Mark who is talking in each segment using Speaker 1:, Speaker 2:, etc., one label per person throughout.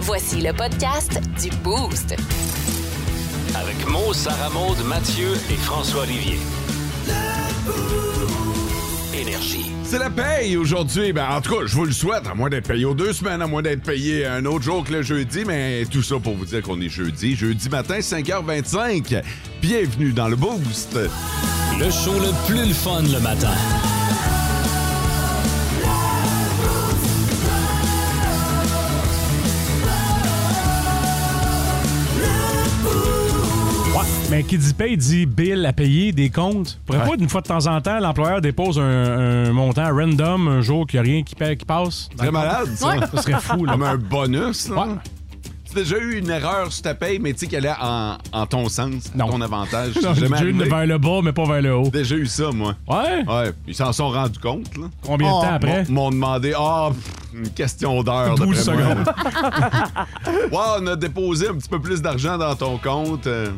Speaker 1: Voici le podcast du Boost.
Speaker 2: Avec Mo, Sarah Maud, Mathieu et François Olivier. Énergie.
Speaker 3: C'est la paye aujourd'hui. Ben, en tout cas, je vous le souhaite, à moins d'être payé aux deux semaines, à moins d'être payé un autre jour que le jeudi, mais tout ça pour vous dire qu'on est jeudi. Jeudi matin, 5h25. Bienvenue dans le Boost.
Speaker 2: Le show le plus le fun le matin.
Speaker 4: Mais qui dit paye dit bill à payer, des comptes. Pourrait
Speaker 3: Ouais.
Speaker 4: pas, d'une fois de temps en temps, l'employeur dépose un, un montant random un jour qu'il n'y a rien qui, paye- qui passe?
Speaker 3: Très malade, ça.
Speaker 4: Ça serait fou, là.
Speaker 3: Comme un bonus, là.
Speaker 4: Ouais.
Speaker 3: Tu as déjà eu une erreur sur ta paye, mais tu sais qu'elle est en, en ton sens, à
Speaker 4: Non.
Speaker 3: ton avantage.
Speaker 4: Non,
Speaker 3: C'est jamais
Speaker 4: j'ai une
Speaker 3: arrivé.
Speaker 4: vers le bas, mais pas vers le haut.
Speaker 3: déjà eu ça, moi.
Speaker 4: Ouais?
Speaker 3: Ouais, ils s'en sont rendus compte, là.
Speaker 4: Combien de temps après?
Speaker 3: Ils m'ont demandé, ah, pff, une question d'heure.
Speaker 4: 12
Speaker 3: d'après moi.
Speaker 4: secondes.
Speaker 3: Ouais, on a déposé un petit peu plus d'argent dans ton compte. euh,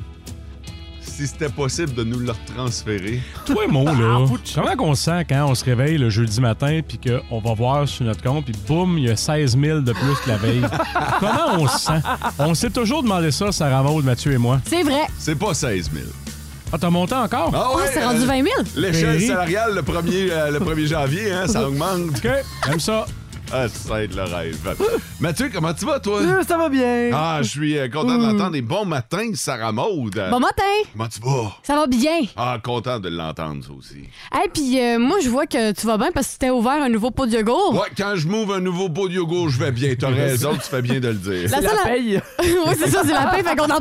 Speaker 3: si c'était possible de nous le transférer.
Speaker 4: Toi, Mo,
Speaker 3: Ah,
Speaker 4: là, comment qu'on se sent quand on se réveille le jeudi matin puis qu'on va voir sur notre compte puis boum, il y a 16 000 de plus que la veille? comment on se sent? On s'est toujours demandé ça, Sarah Maud, Mathieu et moi.
Speaker 5: C'est vrai.
Speaker 3: C'est pas 16 000.
Speaker 4: Ah, t'as monté encore?
Speaker 3: Ah
Speaker 5: Oh, c'est rendu
Speaker 3: euh,
Speaker 5: 20 000.
Speaker 3: L'échelle
Speaker 4: Chérie.
Speaker 3: salariale le 1er, euh, le 1er janvier, hein, ça augmente.
Speaker 4: OK, j'aime ça.
Speaker 3: Ah, ça aide le rêve. Mathieu, comment tu vas, toi?
Speaker 6: Euh, Ça va bien.
Speaker 3: Ah, je suis euh, content d'entendre des bons matins, Sarah Maud.
Speaker 5: Mm. Bon matin.
Speaker 3: Comment tu vas?
Speaker 5: Ça va bien.
Speaker 3: Ah, content de l'entendre, ça aussi.
Speaker 5: Hey, puis euh, moi, je vois que tu vas bien parce que t'es ouvert un nouveau pot de yogourt.
Speaker 3: Ouais, quand je m'ouvre un nouveau pot de yogourt, je vais bien. T'as raison, tu fais bien de le dire.
Speaker 6: La
Speaker 5: seule-
Speaker 6: paye.
Speaker 5: oui, c'est ça, c'est la paix, fait qu'on en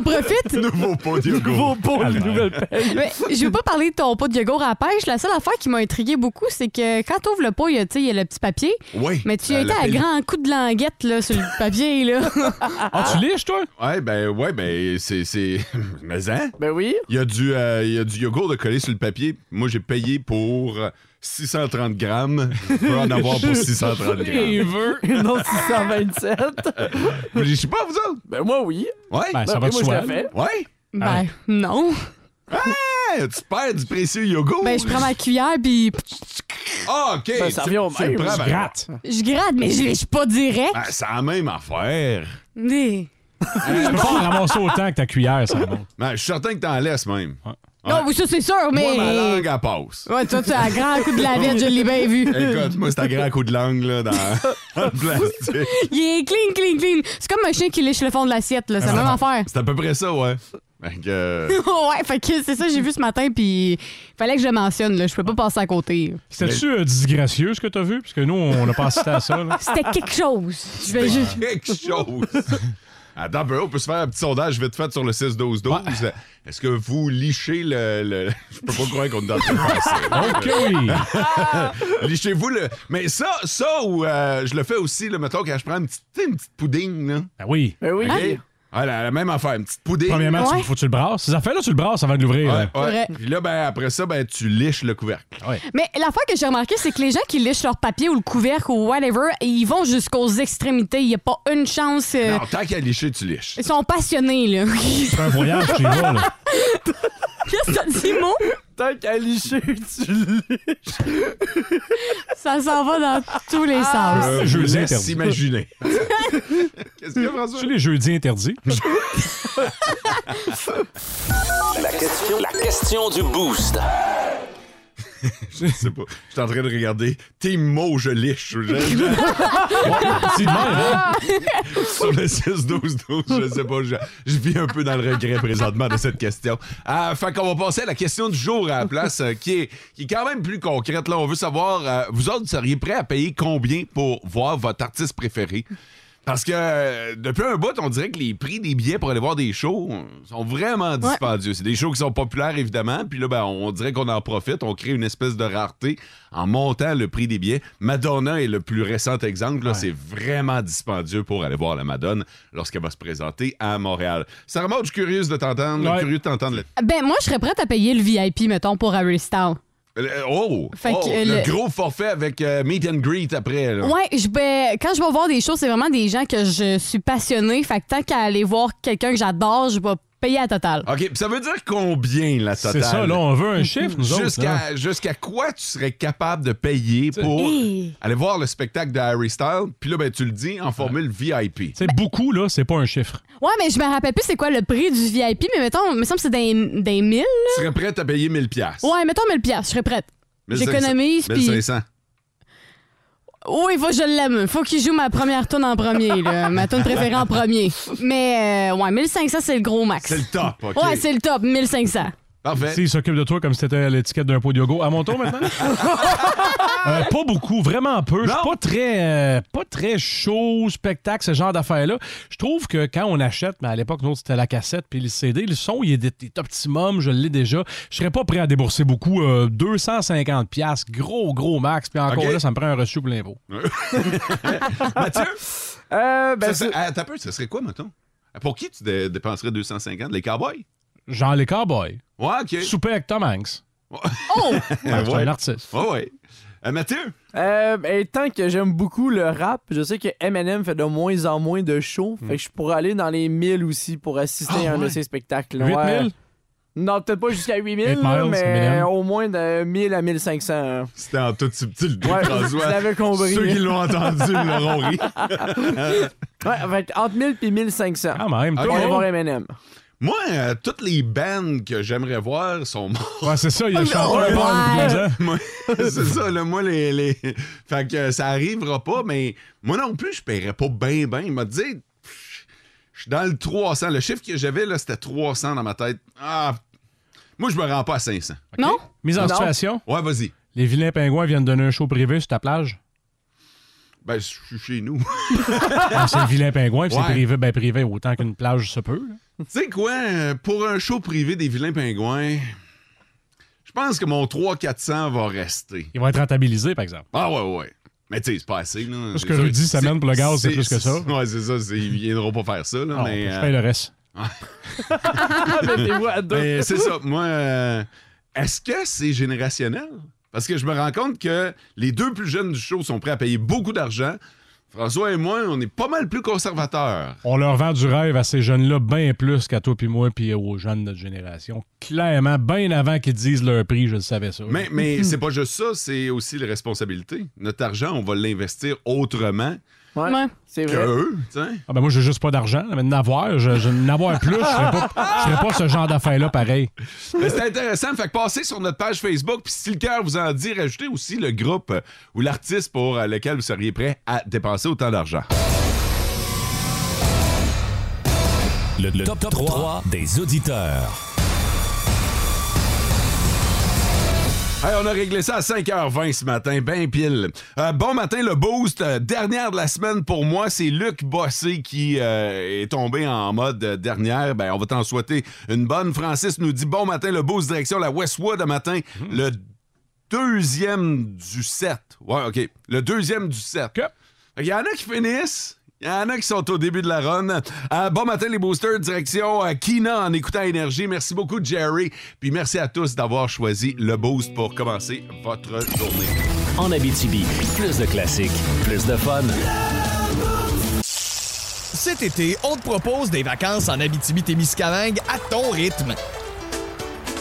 Speaker 5: profite.
Speaker 3: Nouveau pot de yogourt.
Speaker 6: Nouveau pot,
Speaker 4: Ah, bah,
Speaker 6: une nouvelle paye.
Speaker 5: Mais je veux pas parler de ton pot de yogourt à la pêche. La seule affaire qui m'a intrigué beaucoup, c'est que quand t'ouvres le pot, il y a, tu sais, il y a le petit papier.
Speaker 3: Oui.
Speaker 5: Mais tu as
Speaker 3: Euh,
Speaker 5: été
Speaker 3: la
Speaker 5: à
Speaker 3: pellicule.
Speaker 5: grand coup de languette là, sur le papier. Là.
Speaker 4: Ah, tu liches, toi?
Speaker 3: Ouais, ben, ouais, ben, c'est. c'est- Mais hein?
Speaker 6: Ben oui.
Speaker 3: Il y, a du, euh, il y a du yogourt de coller sur le papier. Moi, j'ai payé pour 630 grammes. Je peux en avoir pour 630 grammes.
Speaker 4: veut.
Speaker 6: Non, 627.
Speaker 3: Mais Je sais pas, vous autres?
Speaker 6: Ben moi, oui.
Speaker 3: Ouais?
Speaker 4: Ben, ça
Speaker 6: Ben
Speaker 4: va
Speaker 6: oui,
Speaker 4: de
Speaker 6: moi, je
Speaker 4: soi. Ah.
Speaker 6: la fais.
Speaker 3: Ouais?
Speaker 5: ben, non.
Speaker 3: Hey, tu perds du précieux yogourt.
Speaker 5: Ben, je prends ma cuillère puis
Speaker 3: Ah, OK.
Speaker 6: Ben, ça
Speaker 3: Tu-
Speaker 6: revient au
Speaker 3: tu
Speaker 6: même,
Speaker 3: le prends,
Speaker 6: tu
Speaker 3: ben,
Speaker 4: Gratte.
Speaker 5: je gratte, mais je lèche pas direct.
Speaker 3: ah, c'est Euh, la même affaire.
Speaker 5: Mais-
Speaker 4: Tu peux pas en ramasser autant que ta cuillère, Sarah Maud.
Speaker 3: Ben, je suis certain que t'en laisses même.
Speaker 5: Non, oui, ça, c'est sûr, Oh, mais.
Speaker 3: Moi, ma langue, elle passe.
Speaker 5: Ouais, toi, tu as un grand coup de languette, je l'ai bien vu.
Speaker 3: Écoute, moi, c'est un grand coup de langue, là, dans dans
Speaker 4: Ah,
Speaker 3: le plastique.
Speaker 5: Il est clean, clean, clean. C'est comme un chien qui lèche le fond de l'assiette, là. C'est la même affaire.
Speaker 3: C'est à peu près ça, ouais. Fait que, Ah, euh,
Speaker 5: ouais, fait que c'est ça, j'ai vu ce matin, puis fallait que je le mentionne, là. Je peux pas passer à côté.
Speaker 4: C'était-tu euh, disgracieux ce que t'as vu? Parce que nous, on n'a pas assisté à ça. là.
Speaker 5: C'était quelque chose. Je vais juste.
Speaker 3: quelque chose. Attends, un peu, on peut se faire un petit sondage vite fait sur le 6-12-12. Est-ce que vous lichez le. le- Je peux pas croire qu'on est dans le passé.
Speaker 4: OK!
Speaker 3: Lichez-vous le. Mais ça, ça ou euh, je le fais aussi, là, mettons, quand je prends une petite, tu sais, une petite pouding, là.
Speaker 4: Ben oui.
Speaker 6: Ben oui.
Speaker 3: OK? Ah, la, la même affaire, une petite pouding.
Speaker 4: Premièrement, tu-
Speaker 5: Ouais.
Speaker 4: faut que tu le brasses. Ces affaires-là, tu le brasses avant de l'ouvrir.
Speaker 3: Ouais,
Speaker 4: là.
Speaker 3: ouais.
Speaker 5: Vrai.
Speaker 3: Puis là, ben, après ça, ben, tu liches le couvercle.
Speaker 4: Ah
Speaker 5: Mais l'affaire que j'ai remarqué, c'est que les gens qui lèchent leur papier ou le couvercle ou whatever, ils vont jusqu'aux extrémités. Il y a pas une chance. euh,
Speaker 3: Non, tant qu'à licher, tu liches.
Speaker 5: Ils sont passionnés, là. Qu'est-ce
Speaker 4: Tu fais un voyage, tu y vas, là.
Speaker 5: que t'as dit, Mo?
Speaker 6: Tant qu'à licher, tu liches.
Speaker 5: Ça s'en va dans tous les
Speaker 6: Ah.
Speaker 5: sens.
Speaker 3: Euh,
Speaker 4: Je
Speaker 3: je vous
Speaker 4: les
Speaker 3: laisse
Speaker 4: interdis.
Speaker 3: imaginer. Qu'est-ce qu'il y a, François?
Speaker 4: Tu sais, les jeudis interdits.
Speaker 2: La question, la question du boost.
Speaker 3: Je sais pas. Je suis en train de regarder tes mots, je liche. Je- je-
Speaker 4: C'est de même, hein?
Speaker 3: sur le 6-12-12, je sais pas. Je, je vis un peu dans le regret présentement de cette question. Euh, fait qu'on va passer à la question du jour à la place, euh, qui, est, qui est quand même plus concrète. Là, on veut savoir, euh, vous autres, seriez prêts à payer combien pour voir votre artiste préféré? Parce que euh, depuis un bout, on dirait que les prix des billets pour aller voir des shows euh, sont vraiment dispendieux. C'est des shows qui sont populaires, évidemment. Puis là, ben, on dirait qu'on en profite. On crée une espèce de rareté en montant le prix des billets. Madonna est le plus récent exemple. là. C'est vraiment dispendieux pour aller voir la Madonna lorsqu'elle va se présenter à Montréal. Sarah Maud, je suis curieuse de t'entendre.
Speaker 4: Ouais.
Speaker 3: Curieux de t'entendre. là-
Speaker 5: Ben, moi, je serais prête à payer le VIP, mettons, pour Harry Styles.
Speaker 3: Euh, Oh!
Speaker 5: Fait
Speaker 3: Oh,
Speaker 5: que,
Speaker 3: le...
Speaker 5: le-
Speaker 3: gros forfait avec euh, meet and greet après. là.
Speaker 5: Ouais, je vais- quand je vais voir des choses, c'est vraiment des gens que je suis passionnée. Fait que tant qu'à aller voir quelqu'un que j'adore, je vais payer à total.
Speaker 3: OK, puis ça veut dire combien la totale?
Speaker 4: C'est ça, là, on veut un chiffre, nous autres. hein? là.
Speaker 3: Jusqu'à jusqu'à quoi tu serais capable de payer pour
Speaker 5: Hey.
Speaker 3: aller voir le spectacle de Harry Styles? Puis là, ben, tu le dis en formule VIP.
Speaker 4: Tu sais, beaucoup, là, Ah. c'est pas un chiffre.
Speaker 5: Ouais, mais je me rappelle plus c'est quoi le prix du VIP, mais mettons, il me semble que c'est des, des 1000.
Speaker 3: Tu serais prête à payer 1000 pièces.
Speaker 5: Ouais, mettons 1000 piastres, je serais prête. j'économise, puis-
Speaker 3: 1500.
Speaker 5: Oui, faut que je l'aime. Faut qu'il joue ma première tourne en premier, là. ma tourne préférée en premier. Mais euh, ouais, 1500, c'est le gros max.
Speaker 3: C'est le top, OK.
Speaker 5: Ouais, c'est le top, 1500.
Speaker 3: Parfait.
Speaker 4: S'il s'occupe de toi comme si t'étais à l'étiquette d'un pot de yogourt. À mon tour maintenant? Euh, pas beaucoup, vraiment peu. Je suis pas très, euh, pas très chaud, spectacle, ce genre d'affaires-là. Je trouve que quand on achète, mais à l'époque, nous autres, c'était la cassette puis le CD, le son, il est des, des optimum, je l'ai déjà. Je serais pas prêt à débourser beaucoup. euh, 250 piastres, gros, gros max. Puis encore
Speaker 3: OK.
Speaker 4: là, ça me prend un reçu pour l'impôt.
Speaker 3: Mathieu,
Speaker 6: Euh, ben,
Speaker 3: ça
Speaker 6: c'est-
Speaker 3: serait- attends un peu, ça serait quoi, mettons? Pour qui tu dé- dépenserais 250? Les cowboys?
Speaker 4: Genre les cowboys.
Speaker 3: Ouais, OK.
Speaker 4: Souper avec Tom Hanks.
Speaker 5: Oh!
Speaker 4: Ouais, Ah, c'est
Speaker 3: ouais.
Speaker 4: un artiste.
Speaker 3: Ouais, ouais. Euh, Mathieu?
Speaker 6: euh, ben, tant que j'aime beaucoup le rap, je sais que Eminem fait de moins en moins de shows. Fait que je pourrais aller dans les 1000 aussi pour assister
Speaker 3: Hmm. Ah,
Speaker 6: à un
Speaker 3: ouais.
Speaker 6: de ses spectacles.
Speaker 4: 8000?
Speaker 6: Ouais. Non, peut-être pas jusqu'à 8000,
Speaker 4: 8 miles,
Speaker 6: là, mais
Speaker 4: Eminem.
Speaker 6: au moins de 1000 à 1500. hein.
Speaker 3: C'était en toute subtilité,
Speaker 6: Ouais,
Speaker 3: François.
Speaker 6: je l'avais compris.
Speaker 3: Ceux qui l'ont entendu l'auront ri.
Speaker 6: Ouais, fait que entre 1000 et 1500.
Speaker 4: Quand même. hein?
Speaker 3: Ah,
Speaker 4: tout
Speaker 6: Pour
Speaker 4: le
Speaker 6: aller
Speaker 3: bon.
Speaker 6: voir
Speaker 4: monde.
Speaker 6: Eminem.
Speaker 3: Moi, euh, toutes les bandes que j'aimerais voir sont mortes.
Speaker 4: Ouais, c'est ça, il y a le
Speaker 3: Ah,
Speaker 4: chanteur.
Speaker 5: ouais.
Speaker 4: Paul Gauguin.
Speaker 3: Moi, c'est ça, là, moi, les, les... Fait que ça arrivera pas, mais moi non plus, je paierais pas bien, bien. Il m'a dit, pff, je suis dans le 300. Le chiffre que j'avais, là, c'était 300 dans ma tête. Ah, moi, je me rends pas à 500.
Speaker 5: Non?
Speaker 4: Mise en
Speaker 6: Non.
Speaker 4: situation.
Speaker 3: Ouais, vas-y.
Speaker 4: Les vilains pingouins viennent donner un show privé sur ta plage.
Speaker 3: Ben, je suis chez nous.
Speaker 4: Ah, c'est le vilain pingouin, puis
Speaker 3: Ouais.
Speaker 4: c'est privé, ben privé, autant qu'une plage se peut. là.
Speaker 3: tu sais quoi, euh, pour un show privé des vilains pingouins, je pense que mon 300-400 va rester.
Speaker 4: Il va être rentabilisé, par exemple.
Speaker 3: Ah ouais, ouais. Mais tu sais, c'est pas assez, là.
Speaker 4: Ce
Speaker 3: C'est
Speaker 4: que
Speaker 3: sûr-
Speaker 4: Rudy s'amène pour le gaz, c'est plus que ça.
Speaker 3: Ouais, c'est ça. c'est- Ils viendront pas faire ça, là.
Speaker 4: Ah,
Speaker 3: mais
Speaker 4: je
Speaker 3: euh,
Speaker 4: paye le reste.
Speaker 5: Ah,
Speaker 6: Mettez-vous à deux.
Speaker 3: mais c'est ça. Moi, euh, est-ce que c'est générationnel? Parce que je me rends compte que les deux plus jeunes du show sont prêts à payer beaucoup d'argent. François et moi, on est pas mal plus conservateurs.
Speaker 4: On leur vend du rêve à ces jeunes-là bien plus qu'à toi puis moi puis aux jeunes de notre génération. Clairement, bien avant qu'ils disent leur prix, je le savais ça.
Speaker 3: Mais, mais c'est pas juste ça, c'est aussi les responsabilités. Notre argent, on va l'investir autrement
Speaker 6: Ouais,
Speaker 5: Ouais.
Speaker 6: C'est
Speaker 3: que
Speaker 6: vrai.
Speaker 3: eux, tu sais.
Speaker 4: Ah ben moi, j'ai juste pas d'argent, mais d'avoir, je, je n'avoir plus, je ferais pas, je ferais pas ce genre d'affaires-là pareil.
Speaker 3: Mais c'est intéressant. Fait que passez sur notre page Facebook. Puis si le cœur vous en dit, rajoutez aussi le groupe euh, ou l'artiste pour euh, lequel vous seriez prêt à dépenser autant d'argent.
Speaker 7: Le, le top, 3, des auditeurs.
Speaker 3: Hey, on a réglé ça à 5h20 ce matin, ben pile. Euh, bon matin, le boost. Euh, dernière de la semaine pour moi, c'est Luc Bossé qui euh, est tombé en mode euh, dernière. Ben, on va t'en souhaiter une bonne. Francis nous dit bon matin, le boost direction la Westwood un matin.
Speaker 7: Mmh.
Speaker 3: Le deuxième du 7. Ouais, OK. Le deuxième du 7.
Speaker 4: Ok.
Speaker 3: Il y en a qui finissent. Il y en a qui sont au début de la run. Euh, bon matin, les boosters, direction euh, Kina en écoutant Énergie. Merci beaucoup, Jerry. Puis merci à tous d'avoir choisi le boost pour commencer votre journée.
Speaker 2: En Abitibi, plus de classiques, plus de fun.
Speaker 8: Cet été, on te propose des vacances en Abitibi-Témiscamingue à ton rythme.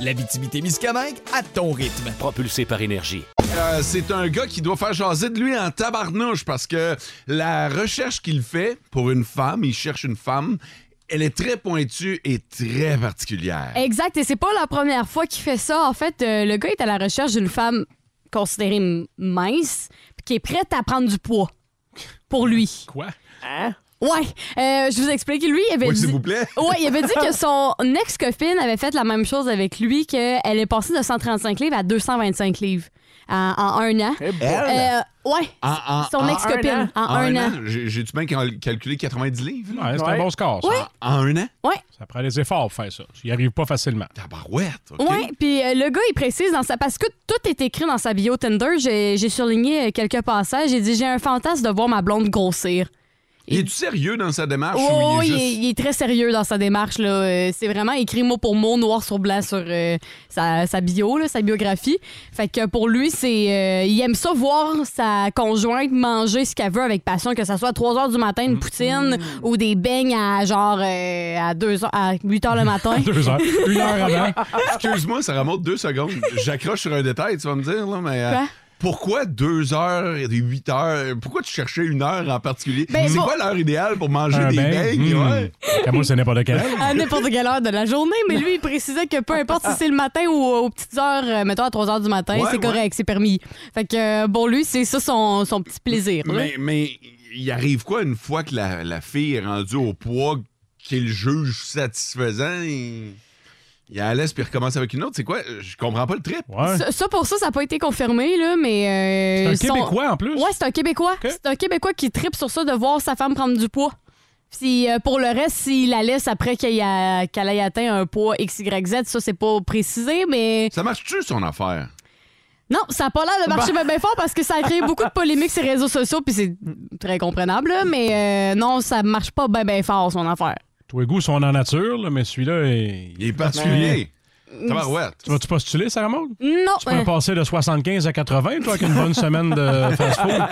Speaker 8: L'Abitibi-Témiscamingue à ton rythme.
Speaker 2: Propulsé par énergie.
Speaker 3: Euh, c'est un gars qui doit faire jaser de lui en tabarnouche parce que la recherche qu'il fait pour une femme, il cherche une femme, elle est très pointue et très particulière.
Speaker 5: Exact, et c'est pas la première fois qu'il fait ça. En fait, euh, le gars est à la recherche d'une femme considérée m- mince, puis qui est prête à prendre du poids pour lui.
Speaker 4: Quoi?
Speaker 6: Hein?
Speaker 5: Ouais, euh, je vous explique. Lui, il avait
Speaker 3: Oui,
Speaker 5: dit...
Speaker 3: s'il vous plaît.
Speaker 5: Ouais, il avait dit que son ex-copine avait fait la même chose avec lui, qu'elle est passée de 135 livres à 225 livres en, en un an.
Speaker 6: Eh ben,
Speaker 5: Euh, ouais,
Speaker 3: En- en-
Speaker 5: son
Speaker 3: en-
Speaker 5: ex-copine en,
Speaker 3: en
Speaker 5: un an.
Speaker 3: J'ai- J'ai-tu bien cal- calculé 90 livres? là?
Speaker 4: Ouais, c'est un
Speaker 6: Ouais.
Speaker 4: bon score. Ça.
Speaker 3: En un an?
Speaker 4: Ça prend des efforts pour faire ça. Tu n'y arrives pas facilement.
Speaker 3: Tabarouette, OK?
Speaker 5: Ouais, puis euh, le gars, il précise dans sa. Parce que tout est écrit dans sa bio Tinder, j'ai j'ai surligné euh, quelques passages. J'ai dit J'ai un fantasme de voir ma blonde grossir.
Speaker 3: Il est-tu sérieux dans sa démarche?
Speaker 5: Oh,
Speaker 3: ou
Speaker 5: il,
Speaker 3: il est
Speaker 5: est,
Speaker 3: juste...
Speaker 5: il est très sérieux dans sa démarche. là. Euh, C'est vraiment écrit mot pour mot, noir sur blanc sur euh, sa, sa bio, là, sa biographie. Fait que pour lui, c'est euh, il aime ça voir sa conjointe manger ce qu'elle veut avec passion, que ça soit à 3 h du matin une poutine ou des beignes à genre euh, à 2 heures, à 8 h le matin.
Speaker 4: Deux heures. Une heure avant.
Speaker 3: Excuse-moi, ça remonte deux secondes. J'accroche sur un détail, tu vas me dire, là, mais... euh,
Speaker 5: Quoi?
Speaker 3: Pourquoi deux heures et huit heures? Pourquoi tu cherchais une heure en particulier?
Speaker 5: Ben,
Speaker 3: c'est
Speaker 5: bon-
Speaker 3: quoi l'heure idéale pour manger
Speaker 4: Un
Speaker 3: des
Speaker 4: bain.
Speaker 3: beignes?
Speaker 4: Hmm.
Speaker 3: ouais?
Speaker 4: Qu'à moi, ce n'est pas de quelle heure.
Speaker 5: à n'importe quelle heure de la journée, mais lui, il précisait que peu importe si c'est le matin ou aux petites heures, euh, mettons à 3 heures du matin,
Speaker 3: Ouais,
Speaker 5: c'est correct, c'est permis. Fait que, euh, bon, lui, c'est ça son, son petit plaisir. là.
Speaker 3: Mais, mais il arrive quoi une fois que la, la fille est rendue au poids qu'il juge satisfaisant? Il, il a à l'aise puis il recommence avec une autre. C'est quoi? Je comprends pas le trip.
Speaker 4: Ouais.
Speaker 5: Ça, ça, pour ça, ça n'a pas été confirmé, là, mais. euh,
Speaker 4: C'est un
Speaker 5: son-
Speaker 4: Québécois en plus.
Speaker 5: Ouais, c'est un Québécois.
Speaker 4: Ok.
Speaker 5: C'est un Québécois qui tripe sur ça de voir sa femme prendre du poids. Si, euh, pour le reste, s'il la laisse après qu'elle y a- qu'elle ait atteint un poids XYZ, ça, c'est pas précisé, mais.
Speaker 3: Ça marche-tu son affaire?
Speaker 5: Non, ça n'a pas l'air de marcher bien fort parce que ça a créé beaucoup de polémiques sur les réseaux sociaux, puis c'est très compréhensible, là, mais euh, non, ça marche pas bien ben fort, son affaire.
Speaker 4: Tous les goûts sont en nature, là, mais celui-là est.
Speaker 3: Il est particulier. Tabarouette.
Speaker 4: Tu vas-tu postuler, Sarah Maud?
Speaker 5: Non,
Speaker 4: Tu peux
Speaker 5: euh,
Speaker 4: passer de 75 à 80, toi, avec une bonne semaine de fast-food.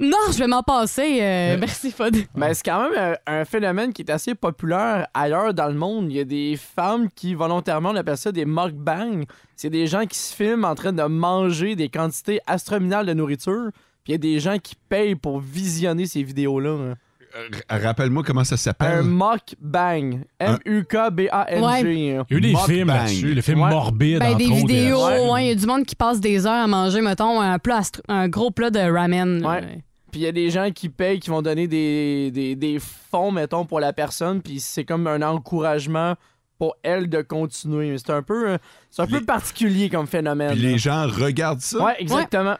Speaker 5: non, je vais m'en passer. euh, merci, Fod.
Speaker 6: Ben, c'est quand même un, un phénomène qui est assez populaire ailleurs dans le monde. Il y a des femmes qui, volontairement, on appelle ça des mukbangs. C'est des gens qui se filment en train de manger des quantités astronomiques de nourriture. Puis il y a des gens qui payent pour visionner ces vidéos-là. hein.
Speaker 3: Euh, r- Rappelle-moi comment ça
Speaker 6: Un
Speaker 3: s'appelle.
Speaker 6: mukbang. M-U-K-B-A-N-G. hein.
Speaker 4: Ah. Il y a eu des
Speaker 3: Mukbang.
Speaker 4: films là-dessus, le film
Speaker 6: Ouais.
Speaker 4: morbide,
Speaker 5: Ben,
Speaker 4: entre
Speaker 5: des
Speaker 4: autres,
Speaker 5: vidéos,
Speaker 4: euh,
Speaker 5: ouais, il
Speaker 4: ouais.
Speaker 5: y a du monde qui passe des heures à manger, mettons, un, plat astro- un gros plat de ramen. là.
Speaker 6: Ouais. Puis il y a des gens qui payent, qui vont donner des, des, des fonds, mettons, pour la personne. Puis c'est comme un encouragement pour elle de continuer. C'est un peu, euh, c'est un peu
Speaker 3: Les-
Speaker 6: particulier comme phénomène.
Speaker 3: Puis
Speaker 6: là.
Speaker 3: les gens regardent ça.
Speaker 6: Ouais, exactement.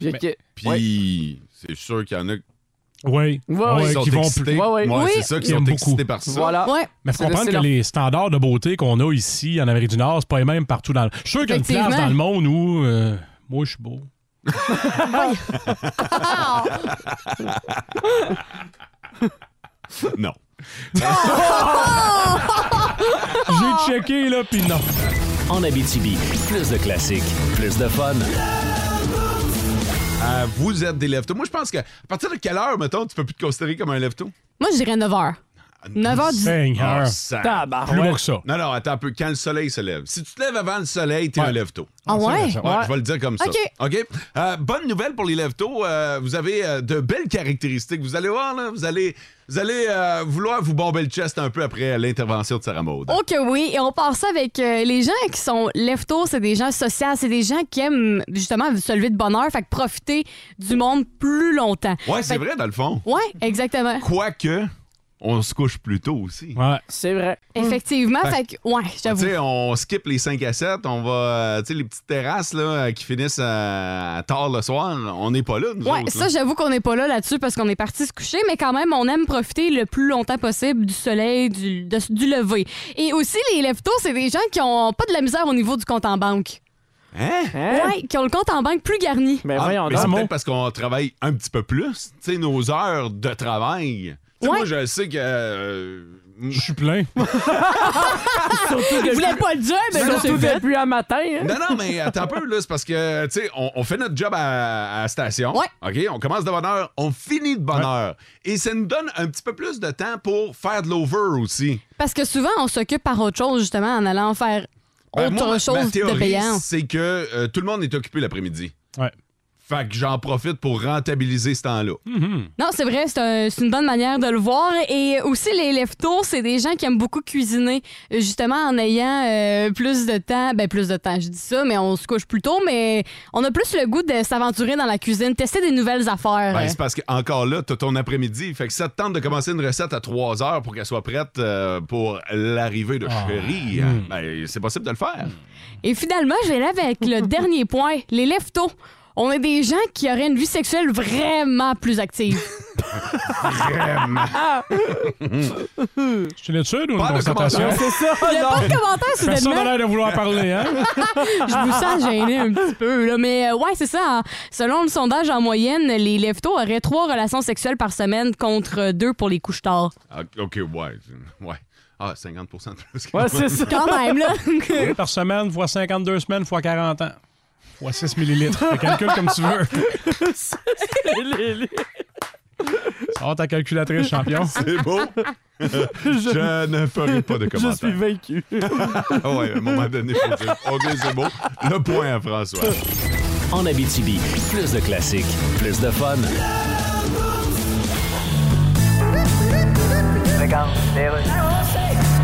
Speaker 6: Puis
Speaker 4: Mais-
Speaker 6: que-
Speaker 3: Puis
Speaker 6: ouais.
Speaker 3: c'est sûr qu'il y en a
Speaker 4: Oui.
Speaker 6: Ouais,
Speaker 4: Ouais,
Speaker 3: qui
Speaker 6: ouais.
Speaker 3: sont
Speaker 4: qui vont
Speaker 3: excités.
Speaker 6: plus- Ouais, ouais.
Speaker 5: Oui.
Speaker 3: c'est ça, qui
Speaker 4: Ils
Speaker 3: sont
Speaker 4: aiment
Speaker 3: excités
Speaker 4: beaucoup.
Speaker 3: par ça.
Speaker 6: Voilà.
Speaker 5: Ouais.
Speaker 4: Mais faut
Speaker 6: C'est
Speaker 4: comprendre
Speaker 6: le-
Speaker 4: que
Speaker 6: c'est
Speaker 4: les standards de beauté qu'on a ici en Amérique du Nord, c'est pas les mêmes partout dans le. Je suis sûr qu'il y a une
Speaker 5: Effectivement.
Speaker 4: place dans le monde où. euh, moi, je suis beau.
Speaker 5: Ah!
Speaker 3: Non.
Speaker 4: Ah.
Speaker 5: Oh!
Speaker 4: J'ai checké, là, puis non.
Speaker 7: En Abitibi, plus de classiques, plus de fun.
Speaker 3: Euh, vous êtes des lève-tôt. Moi, je pense que à partir de quelle heure, mettons, tu peux plus te considérer comme un lève-tôt?
Speaker 5: Moi, je dirais 9 h. 9 h du.
Speaker 4: Seigneur.
Speaker 3: Ah, ça-
Speaker 6: Tabarouette.
Speaker 4: Plus beau que ça.
Speaker 3: Non, non, attends un peu. Quand le soleil se lève. Si tu te lèves avant le soleil, t'es
Speaker 4: Ouais.
Speaker 3: un lève-tôt.
Speaker 5: Ah ouais?
Speaker 4: ça,
Speaker 3: Ouais,
Speaker 6: Ouais.
Speaker 3: je vais le dire comme ça.
Speaker 5: OK.
Speaker 3: OK. Euh, bonne nouvelle pour les lève-tôt. euh, vous avez euh, de belles caractéristiques. Vous allez voir, là, vous allez, vous allez euh, vouloir vous bomber le chest un peu après l'intervention de Sarah Maud.
Speaker 5: Oh que oui, et on part ça avec euh, les gens qui sont leftos, c'est des gens sociaux, c'est des gens qui aiment justement se lever de bonne heure, fait que profiter du monde plus longtemps.
Speaker 3: ouais, c'est
Speaker 5: fait-
Speaker 3: vrai, dans le fond.
Speaker 5: Ouais, exactement.
Speaker 3: Quoique, on se couche plus tôt aussi.
Speaker 4: Ouais.
Speaker 6: C'est vrai.
Speaker 3: Mm.
Speaker 5: Effectivement,
Speaker 3: Fait-
Speaker 5: fait que ouais,
Speaker 3: Tu
Speaker 5: j'avoue.
Speaker 3: sais, on skip les 5 à 7, on va. euh, Tu sais, les petites terrasses là, euh, qui finissent euh, tard le soir, on n'est pas là, nous
Speaker 5: Ouais,
Speaker 3: autres, là.
Speaker 5: ça j'avoue qu'on n'est pas là là-dessus parce qu'on est parti se coucher, mais quand même on aime profiter le plus longtemps possible du soleil, du, de- du lever. Et aussi les leftos, c'est des gens qui ont pas de la misère au niveau du compte en banque.
Speaker 3: Hein?
Speaker 6: Hein?
Speaker 5: Ouais, Ben, qui ont le compte en banque plus garni.
Speaker 6: Mais
Speaker 3: Ah,
Speaker 6: voyons
Speaker 3: mais c'est
Speaker 6: donc.
Speaker 3: peut-être parce qu'on travaille un petit peu plus, tu sais, nos heures de travail. Tu sais,
Speaker 5: Ouais.
Speaker 3: Moi, je sais que. euh,
Speaker 4: Je suis plein.
Speaker 6: Surtout
Speaker 5: Je voulais
Speaker 6: depuis,
Speaker 5: pas le dire, mais là, c'est
Speaker 6: surtout
Speaker 5: fait.
Speaker 6: depuis un matin. hein.
Speaker 3: non, non, mais attends un peu, là, c'est parce que, tu sais, on, on fait notre job à, à la station.
Speaker 5: Ouais.
Speaker 3: OK? On commence de bonne heure, on finit de bonne heure. Et ça nous donne un petit peu plus de temps pour faire de l'over aussi.
Speaker 5: Parce que souvent, on s'occupe par autre chose, justement, en allant faire
Speaker 3: Ben,
Speaker 5: autre
Speaker 3: moi, ma-
Speaker 5: chose
Speaker 3: ma
Speaker 5: de
Speaker 3: théorie,
Speaker 5: payant.
Speaker 3: c'est que euh, tout le monde est occupé l'après-midi.
Speaker 4: Ouais.
Speaker 3: Fait que j'en profite pour rentabiliser ce temps-là.
Speaker 5: Non, c'est vrai, c'est un- c'est une bonne manière de le voir. Et aussi, les leftos, c'est des gens qui aiment beaucoup cuisiner, Euh, justement en ayant euh, plus de temps. Ben, plus de temps, je dis ça, mais on se couche plus tôt, mais on a plus le goût de s'aventurer dans la cuisine, tester des nouvelles affaires.
Speaker 3: Ben, c'est parce que encore là, t'as ton après-midi. Fait que ça te tente de commencer une recette à 3 heures pour qu'elle soit prête euh, pour l'arrivée de chérie. hein. Ben, c'est possible de le faire.
Speaker 5: Et finalement, je vais là avec le dernier point, les leftos. On est des gens qui auraient une vie sexuelle vraiment plus active.
Speaker 4: Je suis sûr ou une
Speaker 3: Pas de
Speaker 4: constatation?
Speaker 6: C'est ça,
Speaker 5: Il n'y a pas
Speaker 6: non.
Speaker 5: de commentaire,
Speaker 4: Personne n'a
Speaker 5: soudainement.
Speaker 4: l'air de vouloir parler, hein?
Speaker 5: Je vous sens gêné un petit peu, là. Mais euh, ouais, c'est ça. hein. Selon le sondage, en moyenne, les leftos auraient trois relations sexuelles par semaine contre euh, deux pour les couches tard.
Speaker 3: Ah, OK, ouais. Ouais. Ah, 50 de plus. que-
Speaker 6: Ouais, c'est ça.
Speaker 5: Quand même, là.
Speaker 4: Par semaine, fois 52 semaines, fois 40 ans. Fois 6 millilitres. Fais Calcule comme tu veux. Sors ta calculatrice, champion.
Speaker 3: C'est beau. Je ne ferai pas de
Speaker 6: Je suis
Speaker 3: commentaires.
Speaker 6: vaincu.
Speaker 3: Ah ouais, à un moment donné, faut dire. OK, c'est beau. Le point à François.
Speaker 7: En Abitibi, plus de classiques, plus de fun.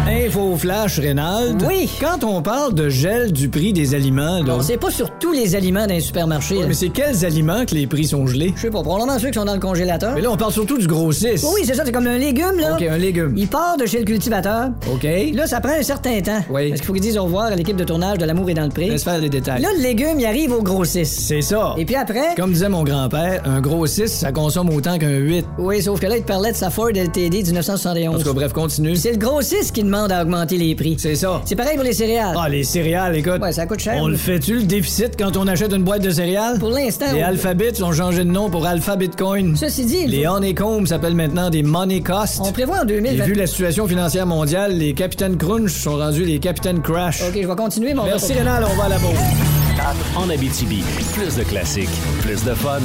Speaker 9: Info flash, Reynald.
Speaker 10: Oui.
Speaker 9: Quand on parle de gel du prix des aliments, là,
Speaker 10: Non, c'est pas sur tous les aliments d'un supermarché. là.
Speaker 9: mais c'est quels aliments que les prix sont gelés?
Speaker 10: Je sais pas, probablement ceux qui sont dans le congélateur.
Speaker 9: Mais là, on parle surtout du grossiste.
Speaker 10: Oui, oui, c'est ça, c'est comme un légume, là.
Speaker 9: OK, un légume.
Speaker 10: Il part de chez le cultivateur.
Speaker 9: OK.
Speaker 10: Là, ça prend un certain temps.
Speaker 9: Oui.
Speaker 10: Parce qu'il faut qu'ils disent au revoir à l'équipe de tournage de L'amour et dans le prix.
Speaker 9: Laisse faire les détails.
Speaker 10: Là, le légume, il arrive au grossiste.
Speaker 9: C'est ça.
Speaker 10: Et puis après.
Speaker 9: Comme disait mon grand-père, un gros 6, ça consomme autant qu'un 8.
Speaker 10: Oui, sauf que là, il te parlait de sa Ford LTD
Speaker 9: En
Speaker 10: 1971.
Speaker 9: tout cas, bref, continue.
Speaker 10: C'est le grossiste qui demande à augmenter les prix.
Speaker 9: C'est ça.
Speaker 10: C'est pareil pour les céréales.
Speaker 9: Ah, les céréales, écoute.
Speaker 10: Ouais, ça coûte cher.
Speaker 9: On le fait-tu, le déficit, quand on achète une boîte de céréales?
Speaker 10: Pour l'instant.
Speaker 9: Les
Speaker 10: on-
Speaker 9: alphabets ont changé de nom pour Alpha Bitcoin.
Speaker 10: Ceci dit, il
Speaker 9: Les
Speaker 10: faut-
Speaker 9: honeycombs s'appellent maintenant des money costs.
Speaker 10: on prévoit en
Speaker 9: Et
Speaker 10: 2020.
Speaker 9: vu la situation financière mondiale, les capitaines Crunch sont rendus les capitaines Crash.
Speaker 10: OK, je vais continuer, mon
Speaker 9: Merci Rénal, on va à la pause.
Speaker 7: En Abitibi, plus de classiques, plus de fun.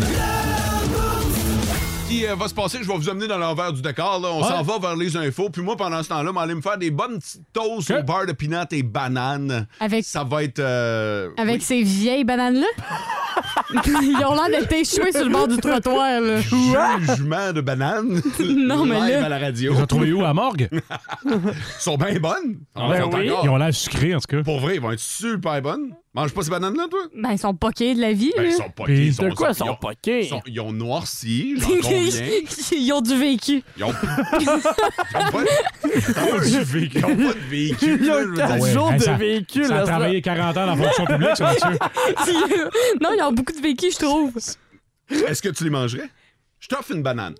Speaker 3: qui euh, va se passer, je vais vous amener dans l'envers du décor. là. On s'en va vers les infos. Puis moi, pendant ce temps-là, m'aller me faire des bonnes petites toasts
Speaker 4: Ok.
Speaker 3: au beurre de pinot et banane.
Speaker 5: Avec-
Speaker 3: Ça va être... euh,
Speaker 5: Avec
Speaker 3: oui.
Speaker 5: ces vieilles bananes-là. Ils ont l'air d'être échoués sur le bord du trottoir, là.
Speaker 3: Jugement de banane.
Speaker 5: Non, mais
Speaker 3: Live
Speaker 5: là-
Speaker 3: à la radio.
Speaker 4: Ils ont trouvé où à morgue? Ah
Speaker 3: Ils sont bien bonnes.
Speaker 4: Ouais,
Speaker 3: Ils sont encore-
Speaker 4: Ils ont l'air sucrés, en tout cas.
Speaker 3: Pour vrai, ils vont être super bonnes. Mange pas ces bananes-là, toi?
Speaker 5: Ben, ils sont poqués de la vie,
Speaker 3: Ben,
Speaker 5: là.
Speaker 3: ils sont pas
Speaker 4: Puis
Speaker 3: ils sont-
Speaker 6: De quoi
Speaker 3: ils
Speaker 6: sont
Speaker 3: ont-
Speaker 6: poqués?
Speaker 3: Ils, sont- ils ont noirci, j'en conviens.
Speaker 5: Ils ont du vécu.
Speaker 3: Ils ont, ils ont pas de véhicule. Ils ont pas de véhicule.
Speaker 6: Il y
Speaker 3: là,
Speaker 6: a
Speaker 3: je veux dire.
Speaker 6: 4
Speaker 4: Ouais,
Speaker 6: jours
Speaker 4: hein,
Speaker 6: de
Speaker 4: ça-
Speaker 6: véhicule.
Speaker 4: Ça
Speaker 6: là,
Speaker 4: a
Speaker 6: ça.
Speaker 4: travaillé 40 ans dans la fonction publique, ce monsieur.
Speaker 5: non, ils ont beaucoup de vécu, je trouve.
Speaker 3: Est-ce que tu les mangerais? Je t'offre une banane.